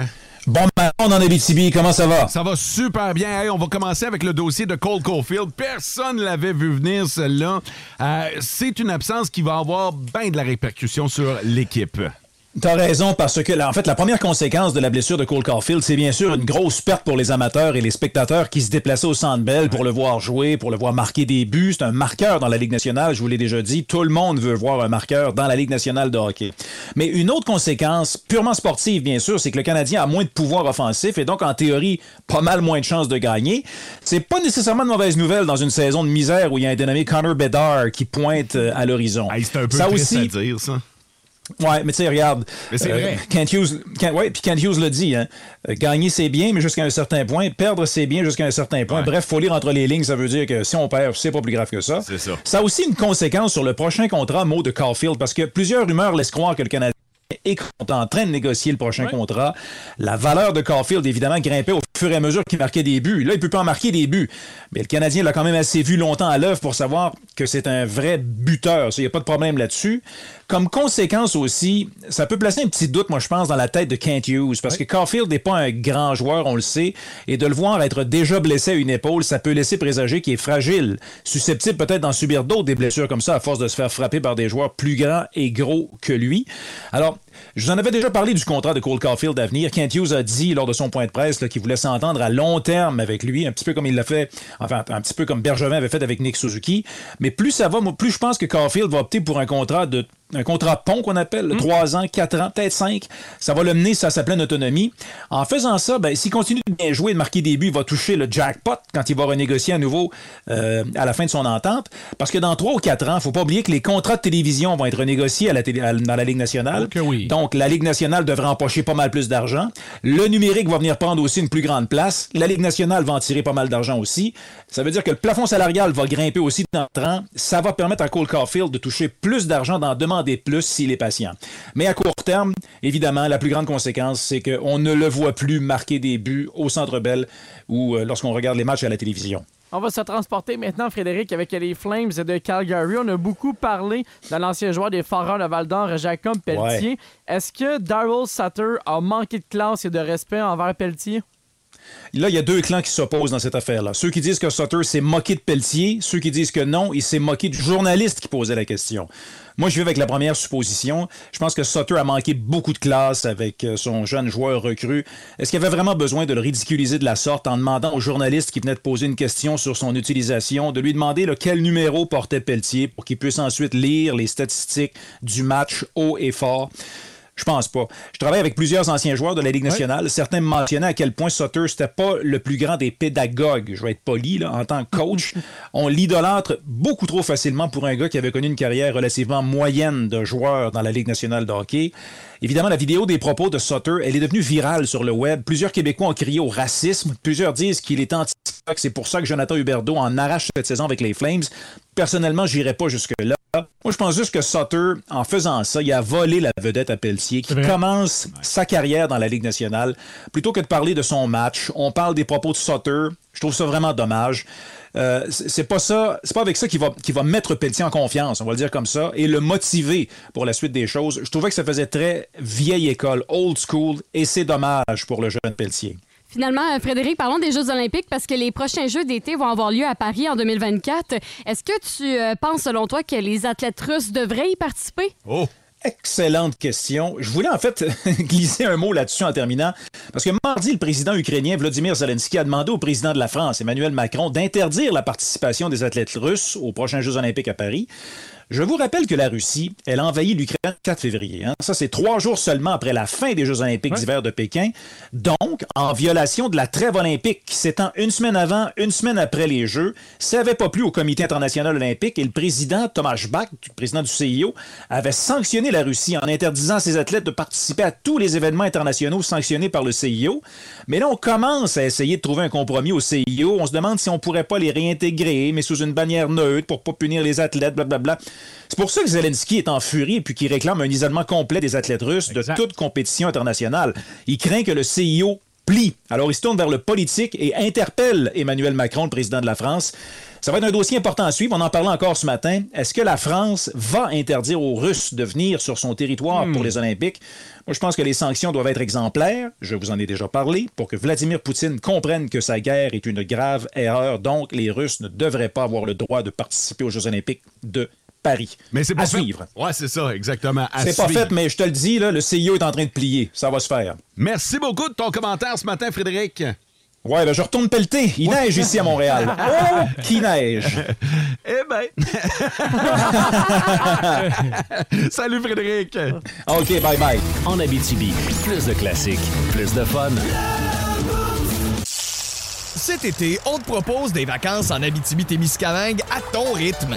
Speaker 11: Bon matin, on en Abitibi, comment ça va?
Speaker 3: Ça va super bien. Hey, on va commencer avec le dossier de Cole Caulfield. Personne ne l'avait vu venir, celle-là. Euh, c'est une absence qui va avoir bien de la répercussion sur l'équipe.
Speaker 11: T'as raison, parce que, là, en fait, la première conséquence de la blessure de Cole Caulfield, c'est bien sûr une grosse perte pour les amateurs et les spectateurs qui se déplaçaient au Centre Bell pour le voir jouer, pour le voir marquer des buts. C'est un marqueur dans la Ligue nationale, je vous l'ai déjà dit. Tout le monde veut voir un marqueur dans la Ligue nationale de hockey. Mais une autre conséquence, purement sportive, bien sûr, c'est que le Canadien a moins de pouvoir offensif et donc, en théorie, pas mal moins de chances de gagner. C'est pas nécessairement de mauvaise nouvelle dans une saison de misère où il y a un dénommé Connor Bedard qui pointe euh, à l'horizon.
Speaker 3: C'est un peu
Speaker 11: Ça
Speaker 3: triste
Speaker 11: aussi-
Speaker 3: à dire, ça.
Speaker 11: Ouais, mais tu sais, regarde. euh,
Speaker 3: Mais c'est vrai.
Speaker 11: Kent Hughes, Kent- ouais, puis Kent Hughes le dit. hein. Euh, Gagner, c'est bien, mais jusqu'à un certain point. Perdre, c'est bien jusqu'à un certain point. Bref, faut lire entre les lignes. Ça veut dire que si on perd, c'est pas plus grave que ça.
Speaker 3: C'est ça.
Speaker 11: Ça a aussi une conséquence sur le prochain contrat mot de Caulfield parce que plusieurs rumeurs laissent croire que le Canadien et qu'on est en train de négocier le prochain contrat, la valeur de Caulfield, évidemment, grimpait au fur et à mesure qu'il marquait des buts. Là, il ne peut pas en marquer des buts. Mais le Canadien l'a quand même assez vu longtemps à l'œuvre pour savoir que c'est un vrai buteur. Ça, Il n'y a pas de problème là-dessus. Comme conséquence aussi, ça peut placer un petit doute, moi, je pense, dans la tête de Kent Hughes, parce que Caulfield n'est pas un grand joueur, on le sait, et de le voir être déjà blessé à une épaule, ça peut laisser présager qu'il est fragile, susceptible peut-être d'en subir d'autres des blessures comme ça à force de se faire frapper par des joueurs plus grands et gros que lui. Alors, je vous en avais déjà parlé du contrat de Cole Caulfield à venir. Kent Hughes a dit lors de son point de presse là, qu'il voulait s'entendre à long terme avec lui, un petit peu comme il l'a fait, enfin, un petit peu comme Bergevin avait fait avec Nick Suzuki. Mais plus ça va, moi, plus je pense que Caulfield va opter pour un contrat de un contrat pont qu'on appelle, 3 ans, 4 ans, peut-être 5. Ça va le mener ça, à sa pleine autonomie. En faisant ça, ben, s'il continue de bien jouer et de marquer des buts, il va toucher le jackpot quand il va renégocier à nouveau euh, à la fin de son entente. Parce que dans 3 ou 4 ans, il ne faut pas oublier que les contrats de télévision vont être renégociés à la télé- à- dans la Ligue nationale. Donc, la Ligue nationale devrait empocher pas mal plus d'argent. Le numérique va venir prendre aussi une plus grande place. La Ligue nationale va en tirer pas mal d'argent aussi. Ça veut dire que le plafond salarial va grimper aussi dans 30 ans. Ça va permettre à Cole Caulfield de toucher plus d'argent, d'en demander plus s'il est patient. Mais à court terme, évidemment, la plus grande conséquence, c'est qu'on ne le voit plus marquer des buts au Centre Bell ou euh, lorsqu'on regarde les matchs à la télévision.
Speaker 6: On va se transporter maintenant, Frédéric, avec les Flames de Calgary. On a beaucoup parlé de l'ancien joueur des Foreurs de Val-d'Or, Jacob Pelletier. Est-ce que Daryl Sutter a manqué de classe et de respect envers Pelletier?
Speaker 11: Là, il y a deux clans qui s'opposent dans cette affaire-là. Ceux qui disent que Sutter s'est moqué de Pelletier, ceux qui disent que non, il s'est moqué du journaliste qui posait la question. Moi, je vais avec la première supposition. Je pense que Sutter a manqué beaucoup de classe avec euh, son jeune joueur recru. Est-ce qu'il avait vraiment besoin de le ridiculiser de la sorte en demandant au journaliste qui venait de poser une question sur son utilisation, de lui demander là, quel numéro portait Pelletier pour qu'il puisse ensuite lire les statistiques du match haut et fort? Je pense pas. Je travaille avec plusieurs anciens joueurs de la Ligue nationale. Certains me mentionnaient à quel point Sutter, c'était pas le plus grand des pédagogues. Je vais être poli, là, en tant que coach. On l'idolâtre beaucoup trop facilement pour un gars qui avait connu une carrière relativement moyenne de joueur dans la Ligue nationale de hockey. Évidemment, la vidéo des propos de Sutter, elle est devenue virale sur le web. Plusieurs Québécois ont crié au racisme. Plusieurs disent qu'il est anti C'est pour ça que Jonathan Huberdeau en arrache cette saison avec les Flames. Personnellement, j'irai pas jusque-là. Moi, je pense juste que Sutter, en faisant ça, il a volé la vedette à Pelletier, qui commence sa carrière dans la Ligue nationale. Plutôt que de parler de son match, on parle des propos de Sutter. Je trouve ça vraiment dommage. Euh, c'est c'est pas ça, c'est pas avec ça qu'il va, qu'il va mettre Pelletier en confiance, on va le dire comme ça, et le motiver pour la suite des choses. Je trouvais que ça faisait très vieille école, old school, et c'est dommage pour le jeune Pelletier.
Speaker 5: Finalement, euh, Frédéric, parlons des Jeux olympiques parce que les prochains Jeux d'été vont avoir lieu à Paris en 2024. Est-ce que tu euh, penses, selon toi, que les athlètes russes devraient y participer?
Speaker 11: Oh! Excellente question. Je voulais en fait glisser un mot là-dessus en terminant, parce que mardi, le président ukrainien Vladimir Zelensky a demandé au président de la France, Emmanuel Macron, d'interdire la participation des athlètes russes aux prochains Jeux olympiques à Paris. Je vous rappelle que la Russie, elle a envahi l'Ukraine le 4 février. hein. Ça, c'est trois jours seulement après la fin des Jeux olympiques d'hiver de Pékin. Donc, en violation de la trêve olympique qui s'étend une semaine avant, une semaine après les Jeux, ça n'avait pas plu au Comité international olympique et le président Thomas Bach, du- président du CIO, avait sanctionné la Russie en interdisant à ses athlètes de participer à tous les événements internationaux sanctionnés par le CIO. Mais là, on commence à essayer de trouver un compromis au CIO. On se demande si on pourrait pas les réintégrer, mais sous une bannière neutre pour pas punir les athlètes, blablabla. C'est pour ça que Zelensky est en furie puis qu'il réclame un isolement complet des athlètes russes de toute compétition internationale. Il craint que le CIO plie. Alors, il se tourne vers le politique et interpelle Emmanuel Macron, le président de la France. Ça va être un dossier important à suivre. On en parlait encore ce matin. Est-ce que la France va interdire aux Russes de venir sur son territoire
Speaker 3: Hmm.
Speaker 11: pour les Olympiques? Moi, je pense que les sanctions doivent être exemplaires. Je vous en ai déjà parlé pour que Vladimir Poutine comprenne que sa guerre est une grave erreur. Donc, les Russes ne devraient pas avoir le droit de participer aux Jeux Olympiques de Paris.
Speaker 3: Mais c'est
Speaker 11: à
Speaker 3: pas fait.
Speaker 11: suivre.
Speaker 3: Ouais, c'est ça, exactement. À
Speaker 11: C'est pas
Speaker 3: suivre.
Speaker 11: fait, mais je te le dis, là, le CIO est en train de plier. Ça va se faire.
Speaker 3: Merci beaucoup de ton commentaire ce matin, Frédéric.
Speaker 11: Ouais, ben je retourne pelleter. Il neige ici à Montréal. Oh, qui neige.
Speaker 3: Eh ben. Salut, Frédéric.
Speaker 11: OK, bye bye.
Speaker 15: En Abitibi, plus de classiques, plus de fun.
Speaker 8: Cet été, on te propose des vacances en Abitibi-Témiscamingue à ton rythme.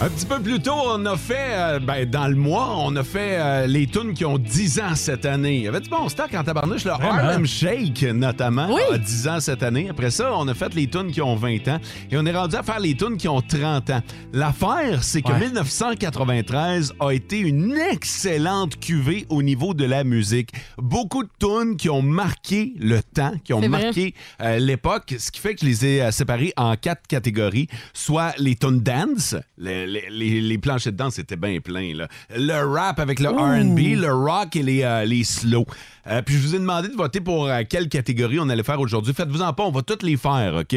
Speaker 3: Un petit peu plus tôt, on a fait, euh, ben, dans le mois, on a fait euh, les tunes qui ont 10 ans cette année. Il y avait du bon stock en tabarnouche. Le
Speaker 4: Vraiment.
Speaker 3: Harlem Shake, notamment, a 10 ans cette année. Après ça, on a fait les tunes qui ont 20 ans. Et on est rendu à faire les tunes qui ont 30 ans. L'affaire, c'est que 1993 a été une excellente cuvée au niveau de la musique. Beaucoup de tunes qui ont marqué le temps, qui ont
Speaker 4: C'est vrai.
Speaker 3: marqué marqué, euh, l'époque, ce qui fait que je les ai euh, séparés en quatre catégories, soit les tunes dance, les, les- les- les planchers de danse étaient bien pleins, là. le rap avec le
Speaker 4: Ouh.
Speaker 3: R&B, le rock et les, euh, les slow. Euh, puis je vous ai demandé de voter pour euh, quelle catégorie on allait faire aujourd'hui. Faites-vous en pas, on va toutes les faire, OK?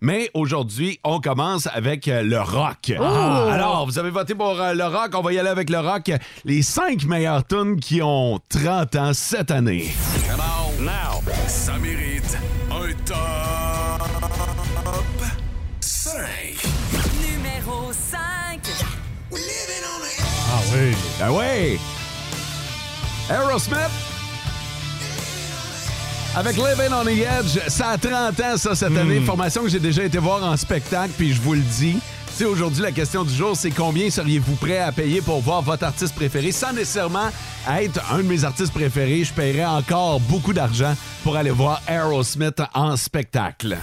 Speaker 3: Mais aujourd'hui, on commence avec euh, le rock.
Speaker 4: Ah.
Speaker 3: Alors, vous avez voté pour euh, le rock, on va y aller avec le rock. Les cinq meilleures tunes qui ont 30 ans cette année.
Speaker 2: Come on. Now. Ça mérite un top 5.
Speaker 17: Numéro 5.
Speaker 3: Ah oui. Ben oui. Aerosmith. Avec Living on the Edge, ça a 30 ans, ça, cette année. Formation que j'ai déjà été voir en spectacle, puis je vous le dis. Tu sais, aujourd'hui, la question du jour, c'est combien seriez-vous prêt à payer pour voir votre artiste préféré sans nécessairement être un de mes artistes préférés? Je paierais encore beaucoup d'argent pour aller voir Aerosmith en spectacle.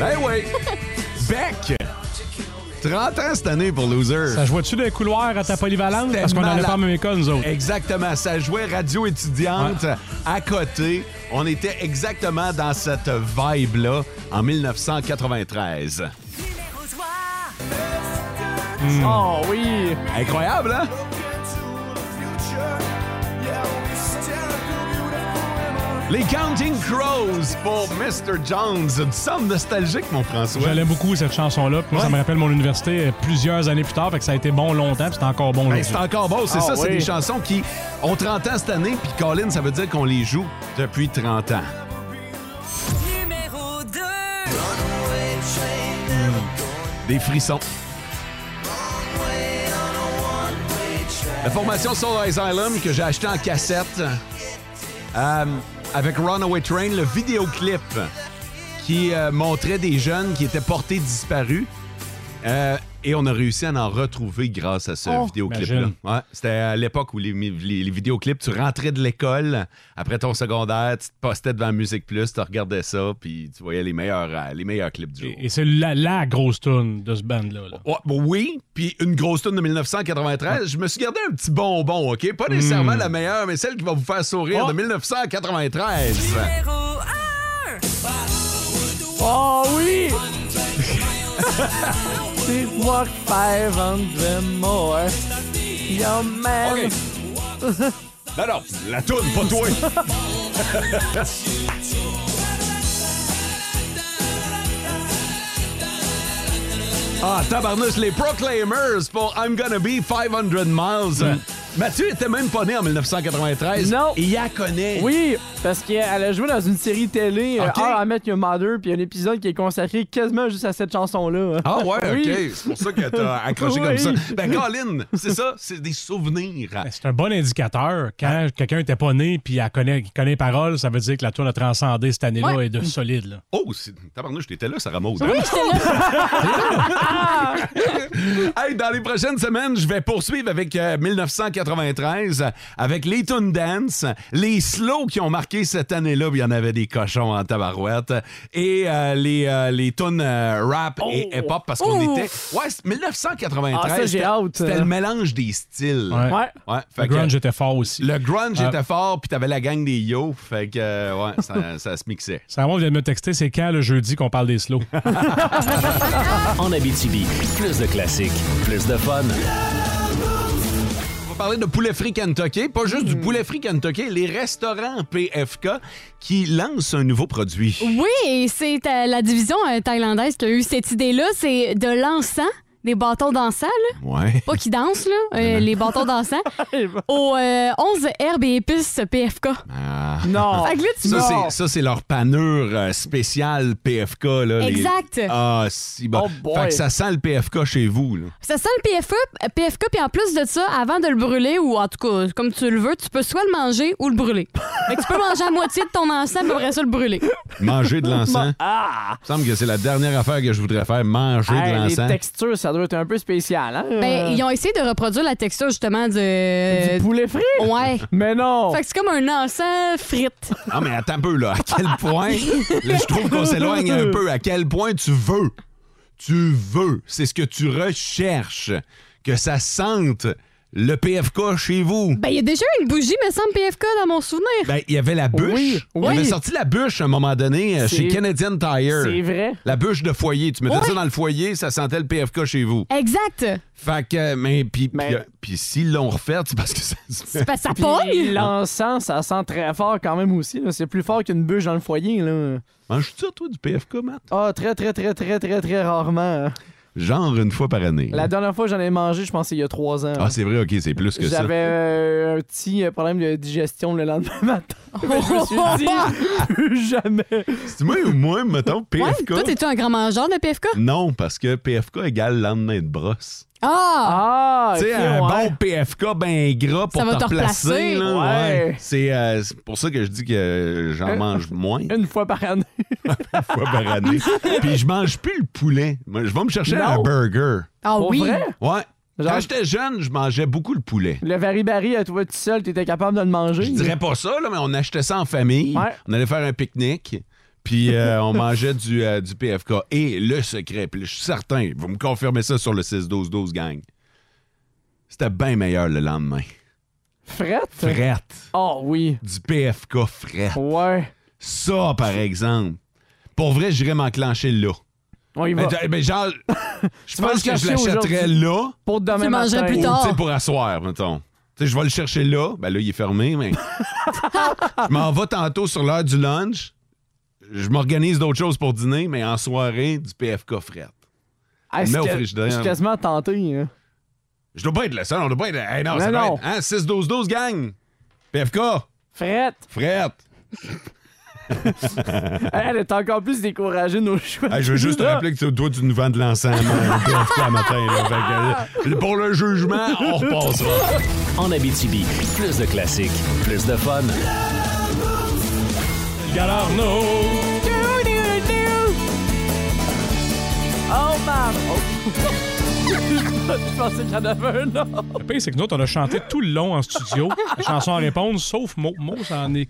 Speaker 3: Ben oui! Beck! 30 ans cette année pour Loser.
Speaker 4: Ça jouait-tu des couloirs à ta polyvalente?
Speaker 3: C'était
Speaker 4: Parce qu'on n'allait
Speaker 3: malade.
Speaker 4: pas à la même école, nous autres.
Speaker 3: Exactement. Ça jouait radio étudiante à côté. On était exactement dans cette vibe-là en 1993.
Speaker 6: Oh oui!
Speaker 3: Ah Incroyable, hein? Les Counting Crows pour Mr. Jones. Nous sommes nostalgiques, mon François.
Speaker 4: J'aimais beaucoup cette chanson-là. puis Moi, ça me rappelle mon université euh, plusieurs années plus tard. Fait que ça a été bon longtemps, puis c'est encore bon.
Speaker 3: Ben,
Speaker 4: aujourd'hui.
Speaker 3: c'est encore beau,
Speaker 4: Ah
Speaker 3: c'est ça. C'est des chansons qui ont 30 ans cette année, puis Colin, ça veut dire qu'on les joue depuis 30 ans.
Speaker 17: Numéro 2.
Speaker 3: Des frissons. La formation Soul Asylum que j'ai acheté en cassette euh, avec Runaway Train, le vidéoclip qui euh, montrait des jeunes qui étaient portés disparus. Euh, et on a réussi à en retrouver grâce à ce
Speaker 4: Oh!
Speaker 3: vidéoclip-là.
Speaker 4: Imagine.
Speaker 3: Ouais, C'était à l'époque où les, les- les vidéoclips, tu rentrais de l'école, après ton secondaire, tu te postais devant Musique Plus, tu regardais ça, puis tu voyais les meilleurs, euh, les meilleurs clips du jour.
Speaker 4: Et c'est la, la grosse tune de ce band-là. là.
Speaker 3: Ouais, bon, oui, puis une grosse tune de 1993. Je me suis gardé un petit bonbon, OK?
Speaker 6: Hmm.
Speaker 3: Pas nécessairement
Speaker 4: Mm.
Speaker 3: la meilleure, mais celle qui va vous faire
Speaker 6: Oh.
Speaker 3: sourire de 1993.
Speaker 17: Numéro 1.
Speaker 6: Oh oui! They walk 500 more. Your man.
Speaker 3: Ben Non, non, la toune, pas toi! ah, tabarnouche, les Proclaimers pour I'm Gonna Be 500 Miles. Mathieu était même pas né en 1993.
Speaker 6: Hmm. Non.
Speaker 3: Et il la connaît.
Speaker 6: Oui, parce qu'elle a joué dans une série télé, euh,
Speaker 3: Eh. Ok.
Speaker 6: How I Met Your Mother, puis il y a un épisode qui est consacré quasiment juste à cette chanson-là.
Speaker 3: Ah ouais,
Speaker 6: Oui.
Speaker 3: ok. C'est pour ça que t'as accroché
Speaker 6: Oui. Ben,
Speaker 3: comme ça. Ben, Colin, c'est ça, c'est des souvenirs.
Speaker 4: C'est un bon indicateur. Quand quelqu'un n'était pas né puis elle connaît, il connaît les paroles, ça veut dire que la tune a transcendé cette année-là
Speaker 3: Ouais.
Speaker 4: et de solide. Là.
Speaker 3: Oh, c'est- tabarnouche, t'étais là, Sarah Maud. hein?
Speaker 4: Oui,
Speaker 3: Hey, dans les prochaines semaines, je vais poursuivre avec euh, 1993, euh, avec les Toon Dance, les slow qui ont marqué cette année-là, puis il y en avait des cochons en tabarouette, et euh, les, euh, les tunes, euh, rap et hip-hop, parce qu'on
Speaker 6: Ouf.
Speaker 3: était... Ouais, c'est 1993,
Speaker 6: Oh! Ah, ça, j'ai
Speaker 3: c'était-
Speaker 6: hâte.
Speaker 3: c'était le mélange des styles.
Speaker 4: Ouais. Ouais.
Speaker 3: fait
Speaker 4: Le
Speaker 3: que-
Speaker 4: grunge était fort aussi.
Speaker 3: Le grunge
Speaker 4: Euh,
Speaker 3: était fort, puis t'avais la gang des yo, fait que, euh, ouais, ça, ça se mixait.
Speaker 4: Ça vient de me texter, c'est quand le jeudi qu'on parle des slow?
Speaker 15: En Abitibi, plus de classiques, plus de fun.
Speaker 3: On va parler de poulet frit Kentucky, pas juste
Speaker 5: Mm.
Speaker 3: du poulet frit Kentucky, les restaurants PFK qui lancent un nouveau produit.
Speaker 5: Oui, et c'est euh, la division euh, thaïlandaise qui a eu cette idée-là, c'est de l'encens des bâtons dansants, là.
Speaker 3: Ouais.
Speaker 5: Pas qui dansent, là. euh, les bâtons dansants. au euh, 11 herbes et épices PFK.
Speaker 3: Ah.
Speaker 5: Non. Fait que là, tu
Speaker 3: ça,
Speaker 5: vas-
Speaker 3: c'est, ça, c'est leur panure euh, spéciale PFK. Là, les-
Speaker 5: Exact.
Speaker 3: Ah, si bon.
Speaker 5: Oh boy.
Speaker 3: fait que ça sent le PFK chez vous. Là.
Speaker 5: Ça sent le PFK, euh, PFK, puis en plus de ça, avant de le brûler, ou en tout cas, comme tu le veux, tu peux soit le manger ou le brûler. Fait que tu peux manger à moitié de ton ensemble, puis après ça, le brûler.
Speaker 3: Manger de l'encens.
Speaker 6: Ah!
Speaker 3: Il me semble que c'est la dernière affaire que je voudrais faire, manger
Speaker 6: Hey,
Speaker 3: de
Speaker 6: les
Speaker 3: l'encens.
Speaker 6: textures, ça doit être un peu spécial, hein?
Speaker 5: Ben, ils ont essayé de reproduire la texture, justement, de...
Speaker 6: Du poulet frit?
Speaker 5: Ouais.
Speaker 6: Mais non!
Speaker 5: Fait que c'est comme un encens frite.
Speaker 3: Ah, mais attends un peu, là. À quel point. là, je trouve qu'on s'éloigne un peu. À quel point tu veux. Tu veux. C'est ce que tu recherches. Que ça sente le PFK chez vous.
Speaker 5: Ben, il y a déjà eu une bougie, me semble, PFK, dans mon souvenir.
Speaker 3: Ben, il y avait la bûche.
Speaker 5: Oui,
Speaker 3: Il
Speaker 5: oui.
Speaker 3: avait sorti la bûche à un moment donné euh,
Speaker 5: C'est-
Speaker 3: chez Canadian Tire.
Speaker 5: c'est vrai.
Speaker 3: La bûche de foyer. Tu mettais
Speaker 5: Oui.
Speaker 3: ça dans le foyer, ça sentait le PFK chez vous.
Speaker 5: Exact.
Speaker 3: Fait que, mais puis puis, euh, puis s'ils l'ont refait, c'est parce que ça. C'est
Speaker 5: Ben. parce que ça
Speaker 6: Puis
Speaker 5: pogne.
Speaker 6: L'encens, ça sent très fort quand même aussi. là. C'est plus fort qu'une bûche dans le foyer. là.
Speaker 3: Manges-tu ça, toi, du PFK, Matt?
Speaker 6: Ah, très, très, très, très, très, très rarement. hein.
Speaker 3: Genre une fois par année.
Speaker 6: La dernière fois que j'en ai mangé, je pense, c'est il y a trois ans.
Speaker 3: Ah, c'est vrai, ok, c'est plus que ça.
Speaker 6: J'avais euh, un petit euh, problème de digestion le lendemain matin. je me suis dit, plus jamais.
Speaker 3: C'est moi ou moi, mettons,
Speaker 5: Ouais,
Speaker 3: PFK?
Speaker 5: toi, t'es-tu un grand mangeur de PFK?
Speaker 3: Non, parce que PFK égale lendemain de brosse.
Speaker 5: Ah!
Speaker 3: tu sais, un bon PFK ben gras pour
Speaker 5: Ça va
Speaker 3: te
Speaker 5: te
Speaker 3: replacer.
Speaker 5: replacer.
Speaker 3: là,
Speaker 5: Ouais.
Speaker 3: C'est euh, c'est pour ça que je dis que j'en
Speaker 6: Euh,
Speaker 3: mange moins une
Speaker 6: Une fois par année.
Speaker 3: fois par année. Puis je mange plus le poulet. Moi, Je vais me chercher
Speaker 6: Non.
Speaker 3: un burger.
Speaker 6: Ah Pour oui? vrai?
Speaker 3: Ouais.
Speaker 6: Genre-
Speaker 3: Quand j'étais jeune, je mangeais beaucoup le poulet.
Speaker 6: Le varibari, à toi tout seul, t'étais capable de le manger.
Speaker 3: Je dirais pas ça, là, mais on achetait ça en famille.
Speaker 6: Ouais.
Speaker 3: On allait faire un pique-nique. Puis euh, on mangeait du, euh, du PFK. Et le secret, puis je suis certain, vous me confirmez ça sur le 6-12-12, gang. C'était bien meilleur le lendemain.
Speaker 6: Frette?
Speaker 3: Frette.
Speaker 6: Oh oui.
Speaker 3: Du PFK frette.
Speaker 6: Ouais.
Speaker 3: Ça, par exemple. Pour vrai, j'irais m'enclencher là.
Speaker 6: On y va.
Speaker 3: Mais, mais genre, je
Speaker 6: Tu vas
Speaker 3: pense
Speaker 6: le
Speaker 3: que je
Speaker 6: chercher
Speaker 3: l'achèterais
Speaker 6: aujourd'hui.
Speaker 3: là.
Speaker 6: Pour demain
Speaker 5: Tu mangerais
Speaker 6: matin.
Speaker 5: plus
Speaker 3: Ou,
Speaker 5: tard.
Speaker 3: tu sais, pour asseoir, mettons. Tu sais, je vais le chercher là. Ben là, il est fermé, mais. je m'en vais tantôt sur l'heure du lunch. Je m'organise d'autres choses pour dîner, mais en soirée, du PFK frette.
Speaker 6: Ah,
Speaker 3: On met au
Speaker 6: c'est que-
Speaker 3: frigidaire.
Speaker 6: Je suis quasiment tenté. hein.
Speaker 3: Je dois pas être le seul, on doit pas être. Hey, non,
Speaker 6: Non,
Speaker 3: ça doit
Speaker 6: non.
Speaker 3: être. Hein, 6-12-12, gang! PFK!
Speaker 6: Frette!
Speaker 3: Frette!
Speaker 6: Elle est encore plus découragée de nos choix.
Speaker 3: Hey, je veux juste te
Speaker 6: Là.
Speaker 3: rappeler que tu- toi, tu nous vends de hein, l'ensemble PFK matin. là. Fait que, euh, pour le jugement, on repassera.
Speaker 15: En Abitibi, plus de classiques, plus de fun.
Speaker 4: Galarno!
Speaker 6: Oh, maman! je pensais qu'il y en avait un autre.
Speaker 4: Le pire, c'est que nous autres, on a chanté tout le long en studio, la chanson à répondre, sauf Mo. Mo, ça en est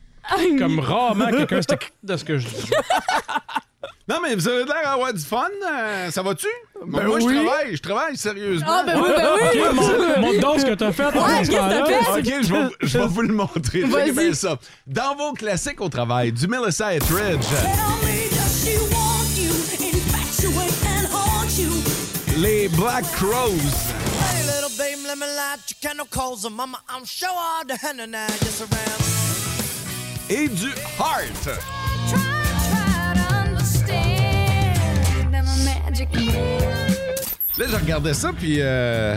Speaker 4: comme rarement quelqu'un s'était de ce que je dis.
Speaker 3: Non, mais vous avez l'air d'avoir du fun. euh, ça va-tu?
Speaker 4: Ben
Speaker 3: moi,
Speaker 4: oui.
Speaker 3: je travaille. Je travaille sérieusement.
Speaker 4: Ah, ben oui, ben oui. Ok, montre- montre donc ce que t'as fait, Ouais, pendant ce qu'est-ce que t'as temps-là. fait?
Speaker 3: OK, je vais, je vais vous le montrer. Checkez
Speaker 4: Vas-y.
Speaker 3: bien ça. Dans vos classiques au travail, du Melissa Etheridge, les Black Crows,
Speaker 14: Hey, little baby, let me light your candle calls, and mama, I'm sure all the henna now just around.
Speaker 3: et du Heart. Là, je regardais ça, puis... euh,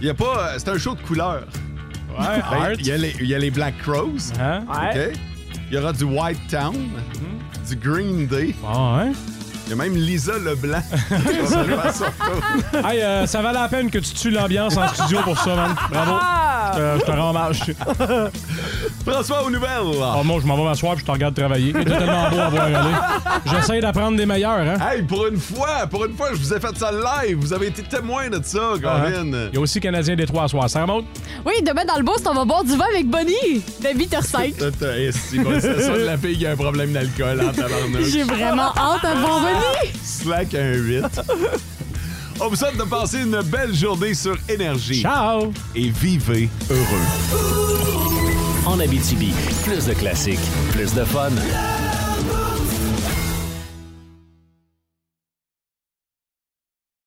Speaker 3: Il y a pas... euh, C'est un show de couleurs.
Speaker 4: Ouais,
Speaker 3: Ben,
Speaker 4: Heart.
Speaker 3: Il y a les- il y, a les Black Crows.
Speaker 4: Ouais. Mm-hmm.
Speaker 3: OK. Il y aura du White Town, du Green Day.
Speaker 4: Ah,
Speaker 3: Il y a même Lisa Leblanc. qui va faire ça.
Speaker 4: Hey, euh, ça valait la peine que tu tues l'ambiance en studio pour ça, man. Bravo. Je te- je te rends hommage. Ah,
Speaker 3: François aux nouvelles. Oh,
Speaker 4: moi, je m'en vais m'asseoir puis je te regarde travailler. Il est tellement beau à voir aller. J'essaie d'apprendre des meilleurs, hein.
Speaker 3: Hey, pour une fois, pour une fois, je vous ai fait ça live. Vous avez été témoin de
Speaker 4: Ah,
Speaker 3: ça,
Speaker 4: hein.
Speaker 3: Gavin.
Speaker 4: Il y a aussi Canadien des Trois à soir. Ça remonte?
Speaker 5: Oui, demain dans le boost, on va boire du vin avec Bonnie de 8h05.
Speaker 3: Attends, eh, si, bon, C'est ça de la fille qui a un problème d'alcool en tabarnouche.
Speaker 5: J'ai vraiment hâte de voir Bonnie.
Speaker 3: Slack un 8. On vous souhaite de passer une belle journée sur Énergie.
Speaker 4: Ciao!
Speaker 3: Et vivez heureux.
Speaker 15: En Abitibi, plus de classiques, plus de fun.